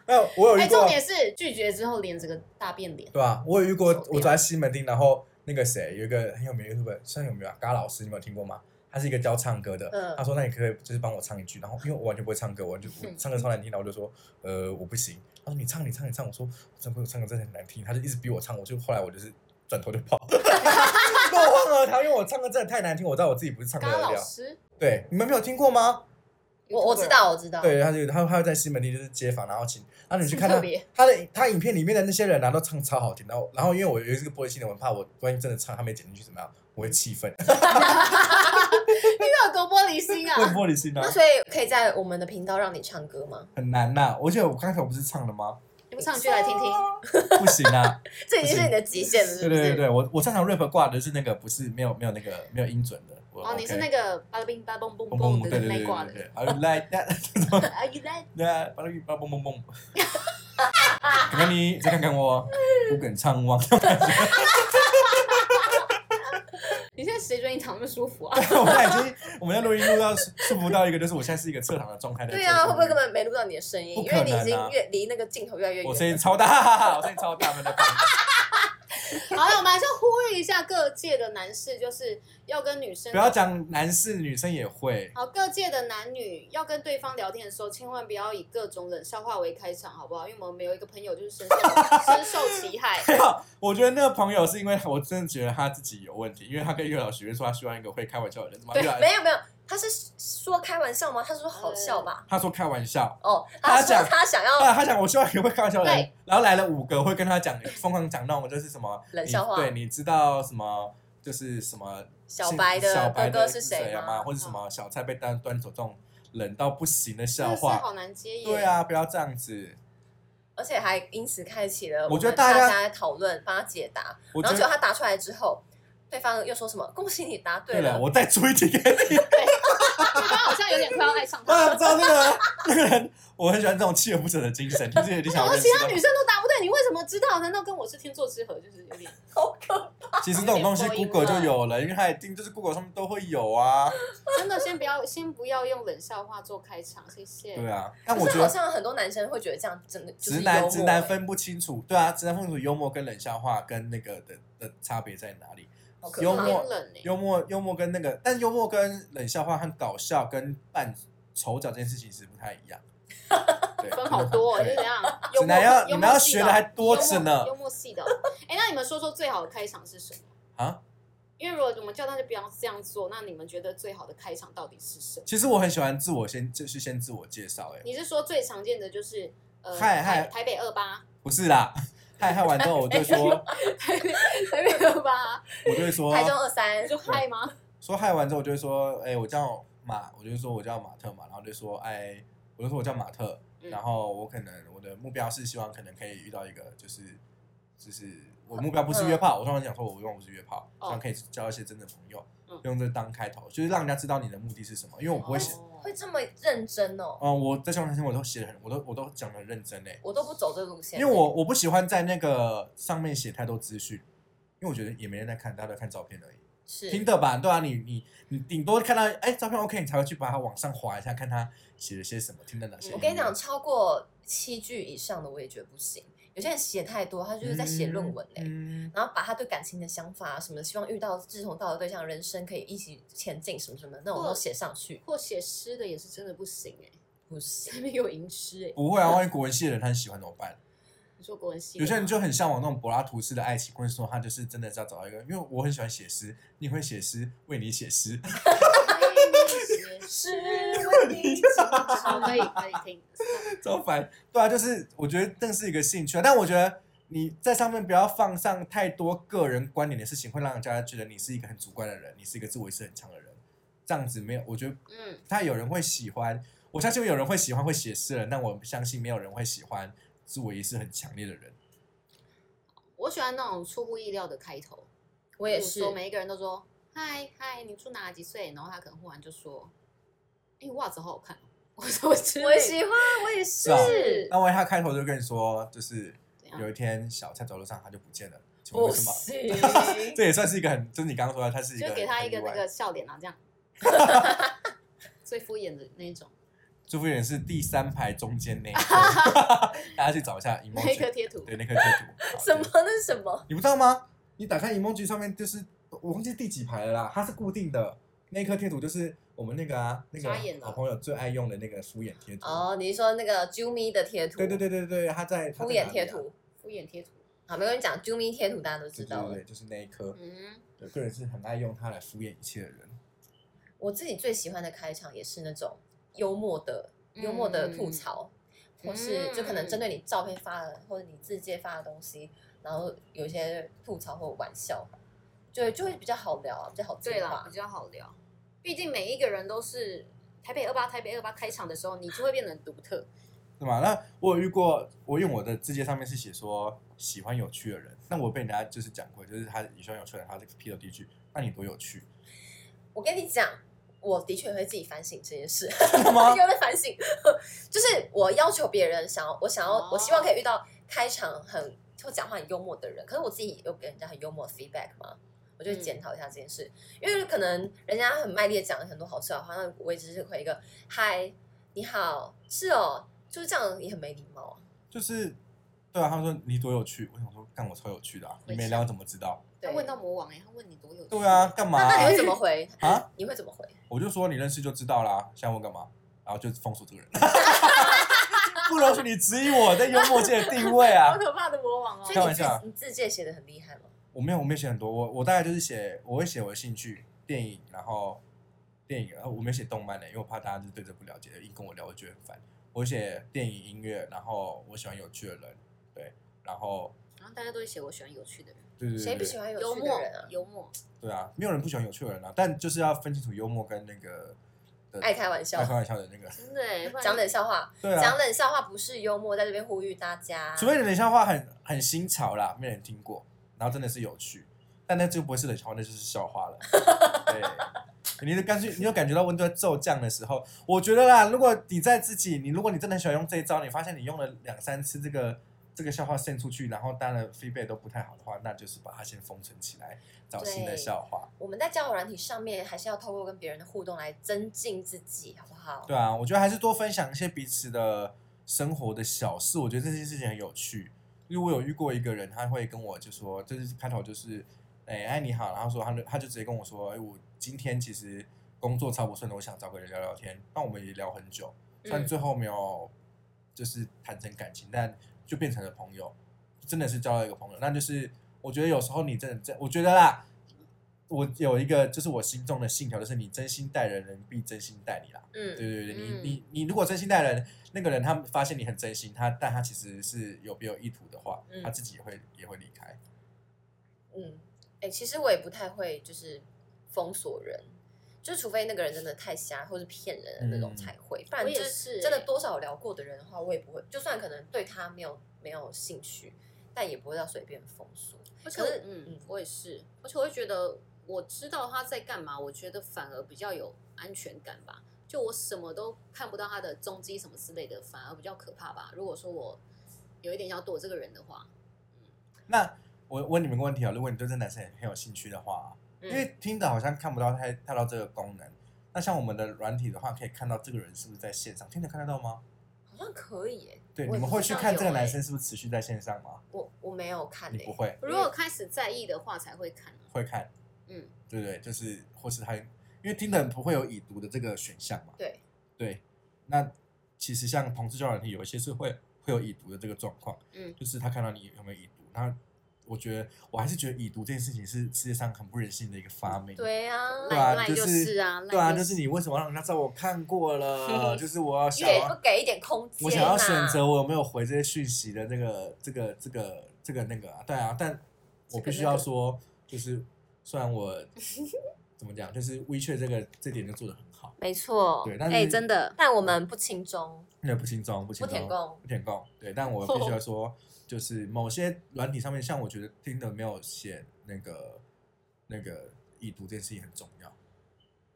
[SPEAKER 2] 那我有
[SPEAKER 1] 哎、
[SPEAKER 2] 遇过啊
[SPEAKER 1] 重，点是拒绝之后连这个大变脸，
[SPEAKER 2] 对吧、我有遇过
[SPEAKER 1] 走，掉
[SPEAKER 2] 我走在西门町，然后那个谁有一个很有名的 YouTube，算有名啊，嘎老师，你们有听过吗？他是一个教唱歌的，
[SPEAKER 1] 嗯
[SPEAKER 2] 他说：“那你可不可以就是帮我唱一句。”然后因为我完全不会唱歌，我就我
[SPEAKER 1] 嗯
[SPEAKER 2] 唱歌超难听，然后我就说：“呃，我不行。”他说：“你唱，你唱，你唱。”我说：“呃我真的不会唱歌，真的很难听。”他就一直逼我唱，我就后来我就是转头就 跑，落荒而逃，因为我唱歌真的太难听，我知道我自己不是唱歌
[SPEAKER 1] 嘎
[SPEAKER 2] 的
[SPEAKER 1] 老
[SPEAKER 2] 料。
[SPEAKER 1] 师，
[SPEAKER 2] 对，你们没有听过吗？
[SPEAKER 3] 我我知道，我知道。
[SPEAKER 2] 对，啊他就他他会在西门町就是街访，然后请，然后你去
[SPEAKER 1] 很
[SPEAKER 2] 看
[SPEAKER 1] 特
[SPEAKER 2] 他
[SPEAKER 1] 别
[SPEAKER 2] 他的他影片里面的那些人啊，都唱超好听。然后然后因为我有一个玻璃心的，我很怕我万一真的唱他没剪进去怎么样，我会 气愤，
[SPEAKER 1] 你有多玻璃心
[SPEAKER 2] 会
[SPEAKER 1] 啊！
[SPEAKER 2] 玻璃心啊
[SPEAKER 3] 那，所以可以在我们的频道让你唱歌吗？
[SPEAKER 2] 很难呐、我记得我刚才我不是唱了吗？
[SPEAKER 1] 你们唱句来听听，
[SPEAKER 2] 不行 啊，
[SPEAKER 3] 这已经是你的极限了，是
[SPEAKER 2] 对
[SPEAKER 3] 不
[SPEAKER 2] 对对
[SPEAKER 3] 是？
[SPEAKER 2] 对，我我擅长 rap 挂的是那个不是没有没有那个没有音准的。我
[SPEAKER 1] 哦，你是那
[SPEAKER 2] 个
[SPEAKER 1] 个巴拉冰巴拉蹦蹦
[SPEAKER 2] 嘣
[SPEAKER 1] 蹦
[SPEAKER 2] 嘣
[SPEAKER 1] 的
[SPEAKER 2] 对对
[SPEAKER 1] 那
[SPEAKER 2] 对
[SPEAKER 1] 一
[SPEAKER 2] 对
[SPEAKER 1] 挂
[SPEAKER 2] 对
[SPEAKER 1] 的，
[SPEAKER 2] 对，I like that，
[SPEAKER 1] 啊，你来，
[SPEAKER 2] 那巴拉比巴嘣 嘣嘣，看看你再看看我，不肯唱忘。
[SPEAKER 1] 你现在谁觉得你躺那么舒服啊？
[SPEAKER 2] 我们现在已经，我们在录音录到束缚到一个，就是我现在是一个侧躺的状态在做
[SPEAKER 3] 对
[SPEAKER 2] 这个录
[SPEAKER 3] 啊，
[SPEAKER 2] 音。
[SPEAKER 3] 会不会根本没录到你的声音？
[SPEAKER 2] 不
[SPEAKER 3] 因
[SPEAKER 2] 可能
[SPEAKER 3] 为
[SPEAKER 2] 啊
[SPEAKER 3] 你已经越离那个镜头越来越
[SPEAKER 2] 我声
[SPEAKER 3] 远。
[SPEAKER 2] 音超大，我声音超大，没在办。
[SPEAKER 1] 好了，我们还是呼吁一下各界的男士，就是要跟女生
[SPEAKER 2] 不要讲男士，女生也会。
[SPEAKER 1] 好，各界的男女要跟对方聊天的时候，千万不要以各种冷笑话为开场，好不好？因为我们没有一个朋友就是深受深受其害。
[SPEAKER 2] 还好，我觉得那个朋友是因为我真的觉得他自己有问题，因为他跟月老许愿说他希望一个会开玩笑的人，怎么
[SPEAKER 1] 对
[SPEAKER 2] 月老
[SPEAKER 3] 没有没有，他是说开玩笑吗？他说好笑吧？
[SPEAKER 2] 他说开玩笑，
[SPEAKER 3] 哦，
[SPEAKER 2] 哎他
[SPEAKER 3] 他
[SPEAKER 2] 讲
[SPEAKER 3] 说他想要
[SPEAKER 2] 啊，他讲我希望一个会开玩笑的人
[SPEAKER 1] 对，
[SPEAKER 2] 然后来了五个会跟他讲疯狂讲那种就是什么
[SPEAKER 3] 冷笑话
[SPEAKER 2] 你对，你知道什么就是什么
[SPEAKER 3] 小白
[SPEAKER 2] 小
[SPEAKER 3] 的
[SPEAKER 2] 白
[SPEAKER 3] 哥
[SPEAKER 2] 的
[SPEAKER 3] 哥是谁
[SPEAKER 2] 啊
[SPEAKER 3] 吗？
[SPEAKER 2] 或者什么小菜被端端走这种冷到不行的
[SPEAKER 1] 真
[SPEAKER 2] 笑
[SPEAKER 1] 的是
[SPEAKER 2] 话。
[SPEAKER 1] 好难接耶。
[SPEAKER 2] 对，啊，不要这样子。
[SPEAKER 3] 而且还因此开启了
[SPEAKER 2] 我觉得
[SPEAKER 3] 大
[SPEAKER 2] 大家
[SPEAKER 3] 家讨论，帮他解答。
[SPEAKER 2] 我
[SPEAKER 3] 然
[SPEAKER 2] 觉
[SPEAKER 3] 后结果
[SPEAKER 1] 啊
[SPEAKER 2] 得
[SPEAKER 3] 他答出来之后，对方又说什么“恭喜你答对
[SPEAKER 2] 对
[SPEAKER 3] 了
[SPEAKER 2] 了，我再出一题给你。
[SPEAKER 1] 我刚刚好像有点快要爱上哦
[SPEAKER 2] 我
[SPEAKER 1] 他了。
[SPEAKER 2] 想知道那个那个人，我很喜欢这种锲而不舍的精神，就是有点
[SPEAKER 1] 怎
[SPEAKER 2] 想
[SPEAKER 1] 么
[SPEAKER 2] 认
[SPEAKER 1] 其
[SPEAKER 2] 识
[SPEAKER 1] 他女
[SPEAKER 2] 到。
[SPEAKER 1] 生都答不对？你为什么知道？难道跟我是天作之合？就是有点
[SPEAKER 3] 好可
[SPEAKER 2] 其实这种东西
[SPEAKER 1] 有点
[SPEAKER 2] Google
[SPEAKER 1] 播音
[SPEAKER 2] 就
[SPEAKER 1] 了
[SPEAKER 2] 有了，因为它一定就是 Google 上面都会有啊。
[SPEAKER 1] 真的，先不要先不要用冷笑话做开场，谢谢。
[SPEAKER 2] 对啊，但我
[SPEAKER 3] 可
[SPEAKER 2] 觉
[SPEAKER 3] 是好
[SPEAKER 2] 得
[SPEAKER 3] 像很多男生会觉得这样真的就是
[SPEAKER 2] 直
[SPEAKER 3] 幽
[SPEAKER 2] 男
[SPEAKER 3] 默
[SPEAKER 2] 直男
[SPEAKER 3] 欸
[SPEAKER 2] 分不清楚，对啊，直男分不清楚幽默跟冷笑话跟那个的的差别在哪里。
[SPEAKER 3] 好可怕
[SPEAKER 2] 幽默
[SPEAKER 1] 偏冷哎、
[SPEAKER 2] 幽默幽默跟那个，但幽默跟冷笑话和搞笑跟扮丑角这件事情是不 太一样。对
[SPEAKER 1] 分好多、哦，就
[SPEAKER 2] 对
[SPEAKER 1] 是这样。幽
[SPEAKER 2] 直
[SPEAKER 1] 默
[SPEAKER 2] 男要你
[SPEAKER 1] 幽
[SPEAKER 2] 们要
[SPEAKER 1] 默系
[SPEAKER 2] 学
[SPEAKER 1] 的
[SPEAKER 2] 的还
[SPEAKER 1] 哦，
[SPEAKER 2] 多着呢
[SPEAKER 1] 幽默幽默系的哦。哎、那你们说说最好的开场是什么？
[SPEAKER 2] 啊！
[SPEAKER 1] 因为如果我们叫大家不要这样做，那你们觉得最好的开场到底是什么？
[SPEAKER 2] 其实我很喜欢自我先就是先自我介绍，哎，
[SPEAKER 1] 你是说最常见的就是呃
[SPEAKER 2] 嗨嗨
[SPEAKER 1] 台台北二八，
[SPEAKER 2] 不是啦， 嗨嗨完之后我 就说，
[SPEAKER 1] 台北台北二八，
[SPEAKER 2] 我就会说
[SPEAKER 3] 台中二 三
[SPEAKER 1] 你就嗨吗？
[SPEAKER 2] 说嗨完之后我就会说，哎，我叫马，我就说我叫马特嘛，然后就说哎，我就说我叫马特，
[SPEAKER 1] 嗯
[SPEAKER 2] 然后我可能我的目标是希望可能可以遇到一个就是就是我目标不是约炮，我通常讲说我用不是约炮，
[SPEAKER 1] 嗯哦
[SPEAKER 2] 希望可以交一些真的朋友
[SPEAKER 1] 嗯，
[SPEAKER 2] 用这当开头，就是让人家知道你的目的是什么，因为我不会写，
[SPEAKER 1] 哦
[SPEAKER 3] 会这么认真哦，
[SPEAKER 2] 嗯，我在上面我都写的很，我都我都讲的很认真欸嘞，
[SPEAKER 3] 我都不走这个路线，欸
[SPEAKER 2] 因为我我不喜欢在那个上面写太多资讯，因为我觉得也没人在看，大家都在看照片而已。
[SPEAKER 3] 是
[SPEAKER 2] 听的吧，对啊，你你你顶多看到哎照片 OK，你才会去把它往上滑一下，看他写了些什么，听了哪些音乐。
[SPEAKER 3] 我跟你讲，超过七句以上的我也觉得不行。有些人写太多，他就是在写论文欸嘞、
[SPEAKER 2] 嗯
[SPEAKER 3] 然后把他对感情的想法啊什么的，希望遇到志同道合对象，人生可以一起前进什么什么的那种
[SPEAKER 1] 或
[SPEAKER 3] 都写上去，
[SPEAKER 1] 或写诗的也是真的不行 哎、
[SPEAKER 3] 不行。
[SPEAKER 1] 这边有吟诗哎、
[SPEAKER 2] 不会啊，万一国文系的人他喜欢怎么办？
[SPEAKER 1] 你说国文系的
[SPEAKER 2] 有
[SPEAKER 1] 吗
[SPEAKER 2] 些人就很向往那种柏拉图式的爱情，或者说他就是真的是要找到一个，因为我很喜欢写诗，你会写诗，为你写诗，
[SPEAKER 1] 哎你写诗
[SPEAKER 3] 是为你
[SPEAKER 1] 好可以可以听，
[SPEAKER 2] 超烦。对啊，就是我觉得这是一个兴趣啊，但我觉得你在上面不要放上太多个人观点的事情，会让人家觉得你是一个很主观的人，你是一个自我意识很强的人，这样子没有，我觉得
[SPEAKER 1] 嗯，
[SPEAKER 2] 他有人会喜欢，我相信有人会喜欢会写诗的人，但我相信没有人会喜欢自我意识很强烈的人。
[SPEAKER 1] 我喜欢那种出乎意料的开头。
[SPEAKER 3] 我也是
[SPEAKER 1] 说，每一个人都说嗨嗨，你住哪几岁？然后他可能忽然就说，哎、袜子好好看哦， 我说我之
[SPEAKER 3] 我也
[SPEAKER 1] 类
[SPEAKER 3] 喜
[SPEAKER 1] 的
[SPEAKER 3] 欢，我也是。
[SPEAKER 2] 啊
[SPEAKER 1] 是
[SPEAKER 2] 那万一他开头就跟你说，就是
[SPEAKER 1] 怎样
[SPEAKER 2] 有一天小蔡走路上他就不见了，请问
[SPEAKER 3] 不
[SPEAKER 2] 为什么？
[SPEAKER 3] 行，
[SPEAKER 2] 这也算是一个很，就是你刚刚说的，他是一个
[SPEAKER 1] 就给他一个
[SPEAKER 2] 很意
[SPEAKER 1] 那
[SPEAKER 2] 外
[SPEAKER 1] 个笑脸啊，这样最敷衍的那一种。
[SPEAKER 2] 祝福人是第三排中间 那一颗，大家去找一下
[SPEAKER 1] 那一颗
[SPEAKER 2] emoji，
[SPEAKER 1] 贴图，
[SPEAKER 2] 对那颗贴图。好
[SPEAKER 3] 什么？？那是什 么？
[SPEAKER 2] 你不知道吗？你打开 emoji 上面就是我忘记第几排了啦，它是固定的。那一颗贴图就是我们那个啊，那
[SPEAKER 1] 傻眼
[SPEAKER 2] 个
[SPEAKER 1] 了
[SPEAKER 2] 好朋友最爱用的那个敷衍贴图。
[SPEAKER 3] 哦，你是说那个 Jumi 的贴图？
[SPEAKER 2] 对对，对对对，他在啊
[SPEAKER 3] 敷衍贴，图。
[SPEAKER 1] 敷衍贴图，
[SPEAKER 3] 好，没关系，讲 Jumi 贴图大家都
[SPEAKER 2] 它在
[SPEAKER 3] 知
[SPEAKER 2] 哪里啊对
[SPEAKER 3] 道
[SPEAKER 2] 对对，
[SPEAKER 3] 了。
[SPEAKER 2] 就是那一颗。
[SPEAKER 1] 嗯，
[SPEAKER 2] 对，个人是很爱用它来敷衍一切的人。
[SPEAKER 3] 我自己最喜欢的开场也是那种幽默的、幽默的
[SPEAKER 1] 嗯
[SPEAKER 3] 吐槽，或是就可能针对你照片发的或者你自介发的东西，然后有一些吐槽或玩笑，就就会比较好聊啊，比较好
[SPEAKER 1] 对
[SPEAKER 3] 对
[SPEAKER 1] 啦，
[SPEAKER 3] 话
[SPEAKER 1] 比。较好聊。毕竟每一个人都是台北二八，台北二八开场的时候，你就会变得很独特。
[SPEAKER 2] 对嘛？那我有遇过，我用我的字界上面是写说喜欢有趣的人，那我被人家就是讲过，就是他喜欢有趣的人，他这个批斗第一句，那你多有趣，
[SPEAKER 3] 我跟你讲，我的确会自己反省这件事，
[SPEAKER 2] 真的
[SPEAKER 3] 我
[SPEAKER 2] 吗
[SPEAKER 3] 又？在反省，就是我要求别人想要，我想要，
[SPEAKER 1] 哦
[SPEAKER 3] 我希望可以遇到开场很会讲话很幽默的人，可是我自己有给人家很幽默的 feedback 嘛，我就会检讨一下这件事，因为可能人家很卖力的讲了很多好笑的话，那我也只是回一个嗨，你好，是哦，就是这样也很没礼貌啊。
[SPEAKER 2] 就是对啊，他们说你多有趣，我想说干我超有趣的、啊，你没聊怎么知道？
[SPEAKER 1] 他
[SPEAKER 3] 对，
[SPEAKER 1] 问到魔王哎、他问你多有趣？
[SPEAKER 2] 对啊，，干嘛、
[SPEAKER 3] 那那你会怎么回
[SPEAKER 2] 啊？
[SPEAKER 3] 你会怎么回？
[SPEAKER 1] 哎
[SPEAKER 2] 我就说你认识就知道啦，想我干嘛？然后就封锁这个人， 不容许你质疑我在幽默界的地位啊
[SPEAKER 1] 好！可怕的魔王哦！
[SPEAKER 3] 所
[SPEAKER 2] 开玩
[SPEAKER 3] 以你自
[SPEAKER 2] 笑啊
[SPEAKER 3] 你自介写的很厉害吗？
[SPEAKER 2] 我没有，我没有写很多，我我大概就是写，我会写我的兴趣，电影，然后电影，然后我没有写动漫的，因为我怕大家就是对这不了解，一跟我聊我觉得很烦。我写电影、音乐，然后我喜欢有趣的人，对，然后
[SPEAKER 1] 然后大家都会写我喜欢有趣的人，
[SPEAKER 2] 对对对，
[SPEAKER 3] 谁不喜
[SPEAKER 2] 欢？
[SPEAKER 3] 欢有
[SPEAKER 1] 幽
[SPEAKER 3] 趣的
[SPEAKER 1] 默
[SPEAKER 3] 人啊？
[SPEAKER 1] 幽默，
[SPEAKER 2] 对啊，没有人不喜欢有趣的人啊，但就是要分清楚幽默跟那个的
[SPEAKER 3] 爱开玩笑
[SPEAKER 2] 爱开玩笑的那个，
[SPEAKER 1] 真的 哎、不然
[SPEAKER 3] 讲冷笑话，
[SPEAKER 2] 对
[SPEAKER 3] 讲
[SPEAKER 2] 啊，
[SPEAKER 3] 冷笑话不是幽默，在这边呼吁大家。
[SPEAKER 2] 除非冷笑话很很新潮啦，没人听过，然后真的是有趣，但那就不会是冷笑话，那就是笑话了。对，你就干脆你就感觉到温度在骤降的时候，我觉得啦，如果你在自己，你如果你真的很喜欢用这一招，你发现你用了两三次这个这个笑话渗出去，然后当然 feedback 都不太好的话，那就是把它先封存起来，找新的
[SPEAKER 3] 对
[SPEAKER 2] 笑话。
[SPEAKER 3] 我们在交友软体上面，还是要透过跟别人的互动来增进自己，好不好？
[SPEAKER 2] 对啊，我觉得还是多分享一些彼此的生活的小事，我觉得这件事情很有趣。因为我有遇过一个人，他会跟我就说，就是开头就是，哎，哎你好，然后说他就他就直接跟我说，哎，我今天其实工作超不顺的，我想找个人聊聊天。那我们也聊很久，虽然
[SPEAKER 3] 嗯
[SPEAKER 2] 最后没有就是谈成感情，但就变成了朋友，真的是交到一个朋友。那就是我觉得有时候你真的真，我觉得啦，我有一个就是我心中的信条，就是你真心待人，人必真心待你啦。对
[SPEAKER 3] 嗯，
[SPEAKER 2] 对对，你
[SPEAKER 1] 嗯
[SPEAKER 2] 你你如果真心待人，那个人他发现你很真心，他但他其实是有别有意图的话，
[SPEAKER 3] 嗯
[SPEAKER 2] 他自己也会也会离开。
[SPEAKER 3] 嗯，哎、其实我也不太会就是封锁人，就除非那个人真的太瞎或是骗人的那种
[SPEAKER 2] 嗯
[SPEAKER 3] 才会，不
[SPEAKER 1] 我
[SPEAKER 3] 然
[SPEAKER 1] 也
[SPEAKER 3] 就是真的
[SPEAKER 1] 欸
[SPEAKER 3] 多少有聊过的人的话，我也不会，就算可能对他没有没有兴趣，但也不会到随便封锁。
[SPEAKER 1] 而且
[SPEAKER 3] 可
[SPEAKER 1] 我
[SPEAKER 3] 是
[SPEAKER 1] 嗯
[SPEAKER 3] 嗯，
[SPEAKER 1] 我也是，而且我会觉得我知道他在干嘛，我觉得反而比较有安全感吧。就我什么都看不到他的踪迹什么之类的，反而比较可怕吧。如果说我有一点想要躲这个人的话，
[SPEAKER 2] 那我问你们个问题啊，如果你对这男生很很有兴趣的话，啊
[SPEAKER 3] 嗯
[SPEAKER 2] 因为听的好像看不到太太到这个功能。那像我们的软体的话，可以看到这个人是不是在线上，听得看得到吗？
[SPEAKER 3] 好像可以、欸，
[SPEAKER 2] 对，
[SPEAKER 3] 我
[SPEAKER 2] 你们
[SPEAKER 3] 也不
[SPEAKER 2] 会
[SPEAKER 3] 知
[SPEAKER 2] 去
[SPEAKER 3] 道
[SPEAKER 2] 看这个
[SPEAKER 3] 有欸
[SPEAKER 2] 男生是不是持续在线上吗？
[SPEAKER 3] 我我没有看、欸，
[SPEAKER 2] 你不会，
[SPEAKER 1] 如果开始在意的话，才会看啊。
[SPEAKER 2] 会看，
[SPEAKER 1] 嗯，
[SPEAKER 2] 对不对？就是或是他，因为听的不会有已读的这个选项嘛。
[SPEAKER 3] 对，
[SPEAKER 2] 对，那其实像同志交友软体有一些是会会有已读的这个状况，
[SPEAKER 1] 嗯
[SPEAKER 2] 就是他看到你有没有已读，那我觉得我还是觉得已读这件事情是世界上很不人性的一个发明。
[SPEAKER 3] 对啊，
[SPEAKER 2] 对啊，
[SPEAKER 1] 赖
[SPEAKER 2] 就
[SPEAKER 1] 就是是啊赖
[SPEAKER 2] 对啊，
[SPEAKER 1] 就
[SPEAKER 2] 就是你为什么让人家知道我看 过了？就是我要想
[SPEAKER 3] 给
[SPEAKER 2] 要
[SPEAKER 3] 不给一点空间、啊？
[SPEAKER 2] 我想要选择我有没有回这些讯息的这个这个这个这个那个啊，对啊，但我必须要说，就是虽然我怎么讲，就是 WeChat 这个这点就做的很好，
[SPEAKER 3] 没错，
[SPEAKER 2] 对，但是、
[SPEAKER 1] 哎、真的，
[SPEAKER 3] 但我们不轻中，
[SPEAKER 2] 那不轻松，不轻
[SPEAKER 3] 不
[SPEAKER 2] 松，
[SPEAKER 3] 舔共
[SPEAKER 2] 不舔共，对，但我
[SPEAKER 1] 哦
[SPEAKER 2] 必须要说，就是某些软体上面，像我觉得听的没有写那个那个已读这件事情很重要，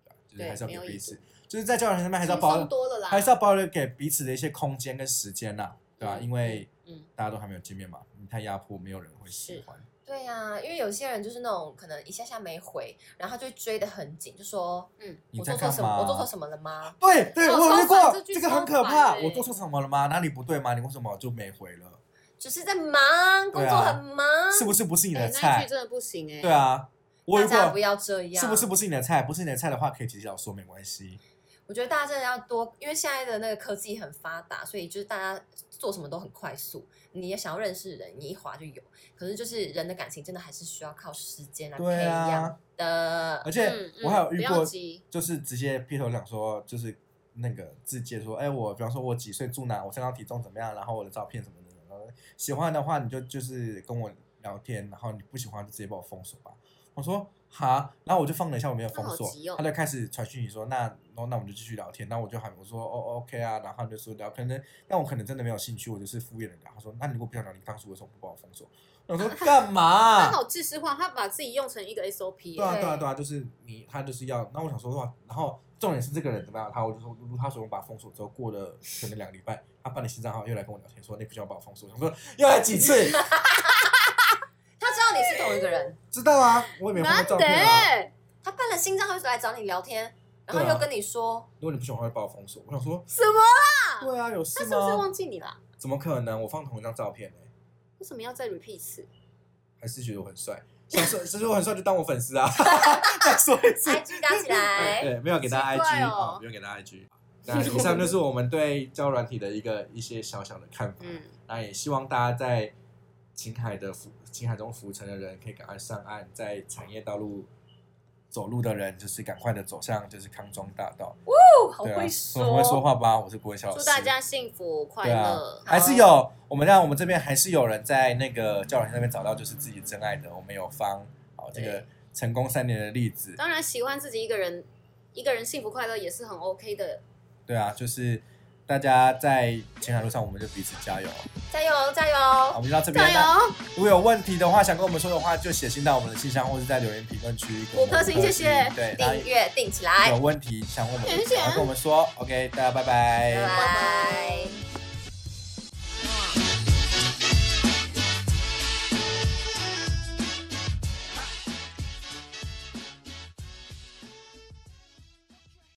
[SPEAKER 2] 对啊就是
[SPEAKER 1] 对
[SPEAKER 2] 还是要
[SPEAKER 1] 没有
[SPEAKER 2] 给
[SPEAKER 1] 已
[SPEAKER 2] 彼
[SPEAKER 1] 读
[SPEAKER 2] 此，就是在交友上面还是要
[SPEAKER 1] 轻
[SPEAKER 2] 保
[SPEAKER 1] 松多了啦。
[SPEAKER 2] 还是要保留给彼此的一些空间跟时间呐、对吧、
[SPEAKER 1] 嗯
[SPEAKER 2] 因为
[SPEAKER 1] 嗯
[SPEAKER 2] 大家都还没有见面嘛，你太压迫，没有人会喜欢。
[SPEAKER 3] 对呀、因为有些人就是那种可能一下下没回，然后他就追得很紧，就说
[SPEAKER 1] 嗯，
[SPEAKER 3] 我做错什么？我做错什么了吗？
[SPEAKER 2] 对对，
[SPEAKER 1] 哦
[SPEAKER 2] 我有遇
[SPEAKER 1] 超烦
[SPEAKER 2] 过
[SPEAKER 1] 这，句
[SPEAKER 2] 这个很
[SPEAKER 1] 超
[SPEAKER 2] 可
[SPEAKER 1] 烦
[SPEAKER 2] 怕。
[SPEAKER 1] 欸
[SPEAKER 2] 我做错什么了吗？哪里不对吗？你为什么就没回了？
[SPEAKER 3] 就是在忙，工
[SPEAKER 2] 对啊
[SPEAKER 3] 作很忙，
[SPEAKER 2] 是不是不是你
[SPEAKER 1] 哎
[SPEAKER 2] 的
[SPEAKER 1] 那一
[SPEAKER 2] 菜
[SPEAKER 1] 句？真的不行哎。
[SPEAKER 2] 对，啊，我有
[SPEAKER 3] 大
[SPEAKER 2] 遇
[SPEAKER 3] 家
[SPEAKER 2] 过
[SPEAKER 3] 不，要这样，
[SPEAKER 2] 是不是？不是你的菜？不是你的菜的话，可以提早说，没关系。
[SPEAKER 3] 我觉得大家真的要多，因为现在的那个科技很发达，所以就是大家做什么都很快速。你也想要认识人，你一划就有。可是就是人的感情真的还是需要靠时间来培
[SPEAKER 2] 对
[SPEAKER 3] 养
[SPEAKER 2] 啊，
[SPEAKER 3] 的。
[SPEAKER 2] 而且
[SPEAKER 1] 嗯
[SPEAKER 2] 我还有
[SPEAKER 1] 嗯
[SPEAKER 2] 遇
[SPEAKER 1] 不要
[SPEAKER 2] 过，
[SPEAKER 1] 急
[SPEAKER 2] 就是直接劈头讲说，就是那个自介说，哎，我比方说我几岁住哪，我身高体重怎么样，然后我的照片什么的，然后喜欢的话你就就是跟我聊天，然后你不喜欢就直接把我封锁吧。我说哈，然后我就放了一下，我没有封锁
[SPEAKER 1] 那好急哦，
[SPEAKER 2] 他就开始传讯息说，那那那我们就继续聊天，那我就喊我说哦 OK 啊，然后他就说聊，可能但我可能真的没有兴趣，我就是敷衍的聊。他说那你如果不想聊，你当初为什么不把我封锁？我说干嘛
[SPEAKER 1] 他？好知识化，他把自己用成一个 SOP
[SPEAKER 2] 啊对啊，
[SPEAKER 1] 耶。
[SPEAKER 2] 对啊，
[SPEAKER 3] 对
[SPEAKER 2] 对啊，就是你，他就是要。那我想说的话，然后重点是这个人怎么样？他我就说，如他说我把他封锁之后，过了可能两个礼拜，他办了新账号又来跟我聊天，说你不需要把我封锁。我想说又 来几次？
[SPEAKER 3] 他知道你是同一个人，
[SPEAKER 2] 知道啊，我也没发
[SPEAKER 1] 难
[SPEAKER 2] 照
[SPEAKER 1] 得
[SPEAKER 2] 片啊。
[SPEAKER 1] 欸，
[SPEAKER 3] 他办了新账号就来找你聊天，然后
[SPEAKER 2] 对啊
[SPEAKER 3] 又跟你说，
[SPEAKER 2] 如果你不喜欢，会把我封锁。我想说，
[SPEAKER 1] 什么？
[SPEAKER 2] 对啊，有
[SPEAKER 1] 他
[SPEAKER 2] 事
[SPEAKER 1] 是不是
[SPEAKER 2] 吗？
[SPEAKER 1] 忘记你啦？
[SPEAKER 2] 怎么可能？我放同一张照片呢、
[SPEAKER 1] 为什么要再 repeat 一次？
[SPEAKER 2] 还是觉得我很帅？想说，其实我很帅，就当我粉丝啊。 再说一次。
[SPEAKER 3] IG 打 起来，
[SPEAKER 2] 哎对，没有给大
[SPEAKER 1] 哎奇
[SPEAKER 2] 家
[SPEAKER 1] 怪
[SPEAKER 2] IG
[SPEAKER 1] 哦
[SPEAKER 2] 啊，没有给大 家 IG。那以上就是我们对交友软体的一个一些小小的看法。
[SPEAKER 1] 嗯，
[SPEAKER 2] 那也希望大家在情海的浮情海中浮沉的人，可以赶快上岸；在产业道路走路的人，就是赶快的走向就是康庄大道。
[SPEAKER 3] 哦，好
[SPEAKER 2] 对啊，
[SPEAKER 3] 会
[SPEAKER 2] 我很会说话吧？我是郭文小老师。
[SPEAKER 1] 祝大家幸福快
[SPEAKER 2] 对啊
[SPEAKER 1] 乐，。
[SPEAKER 2] 还是有我们让我们这边还是有人在那个教软件那边找到就是自己真爱的。我们有方好这个
[SPEAKER 1] 对
[SPEAKER 2] 成功三年的例子。
[SPEAKER 1] 当然，喜欢自己一个人，一个人幸福快乐也是很 OK 的。
[SPEAKER 2] 对啊，就是大家在情海路上，我们就彼此加油。
[SPEAKER 3] 加油哦加
[SPEAKER 2] 好，我
[SPEAKER 3] 油，
[SPEAKER 2] 们就到这边。
[SPEAKER 1] 加油，
[SPEAKER 2] 如果有问题的话，想跟我们说的话，就写信到我们的信箱，或是在留言评论区给我们
[SPEAKER 1] 五颗星谢谢
[SPEAKER 2] 对，然
[SPEAKER 3] 订阅订起来
[SPEAKER 2] 后有，问题想问我们，
[SPEAKER 1] 谢谢
[SPEAKER 2] 赶快跟我们说。OK，大家拜拜
[SPEAKER 3] 拜拜。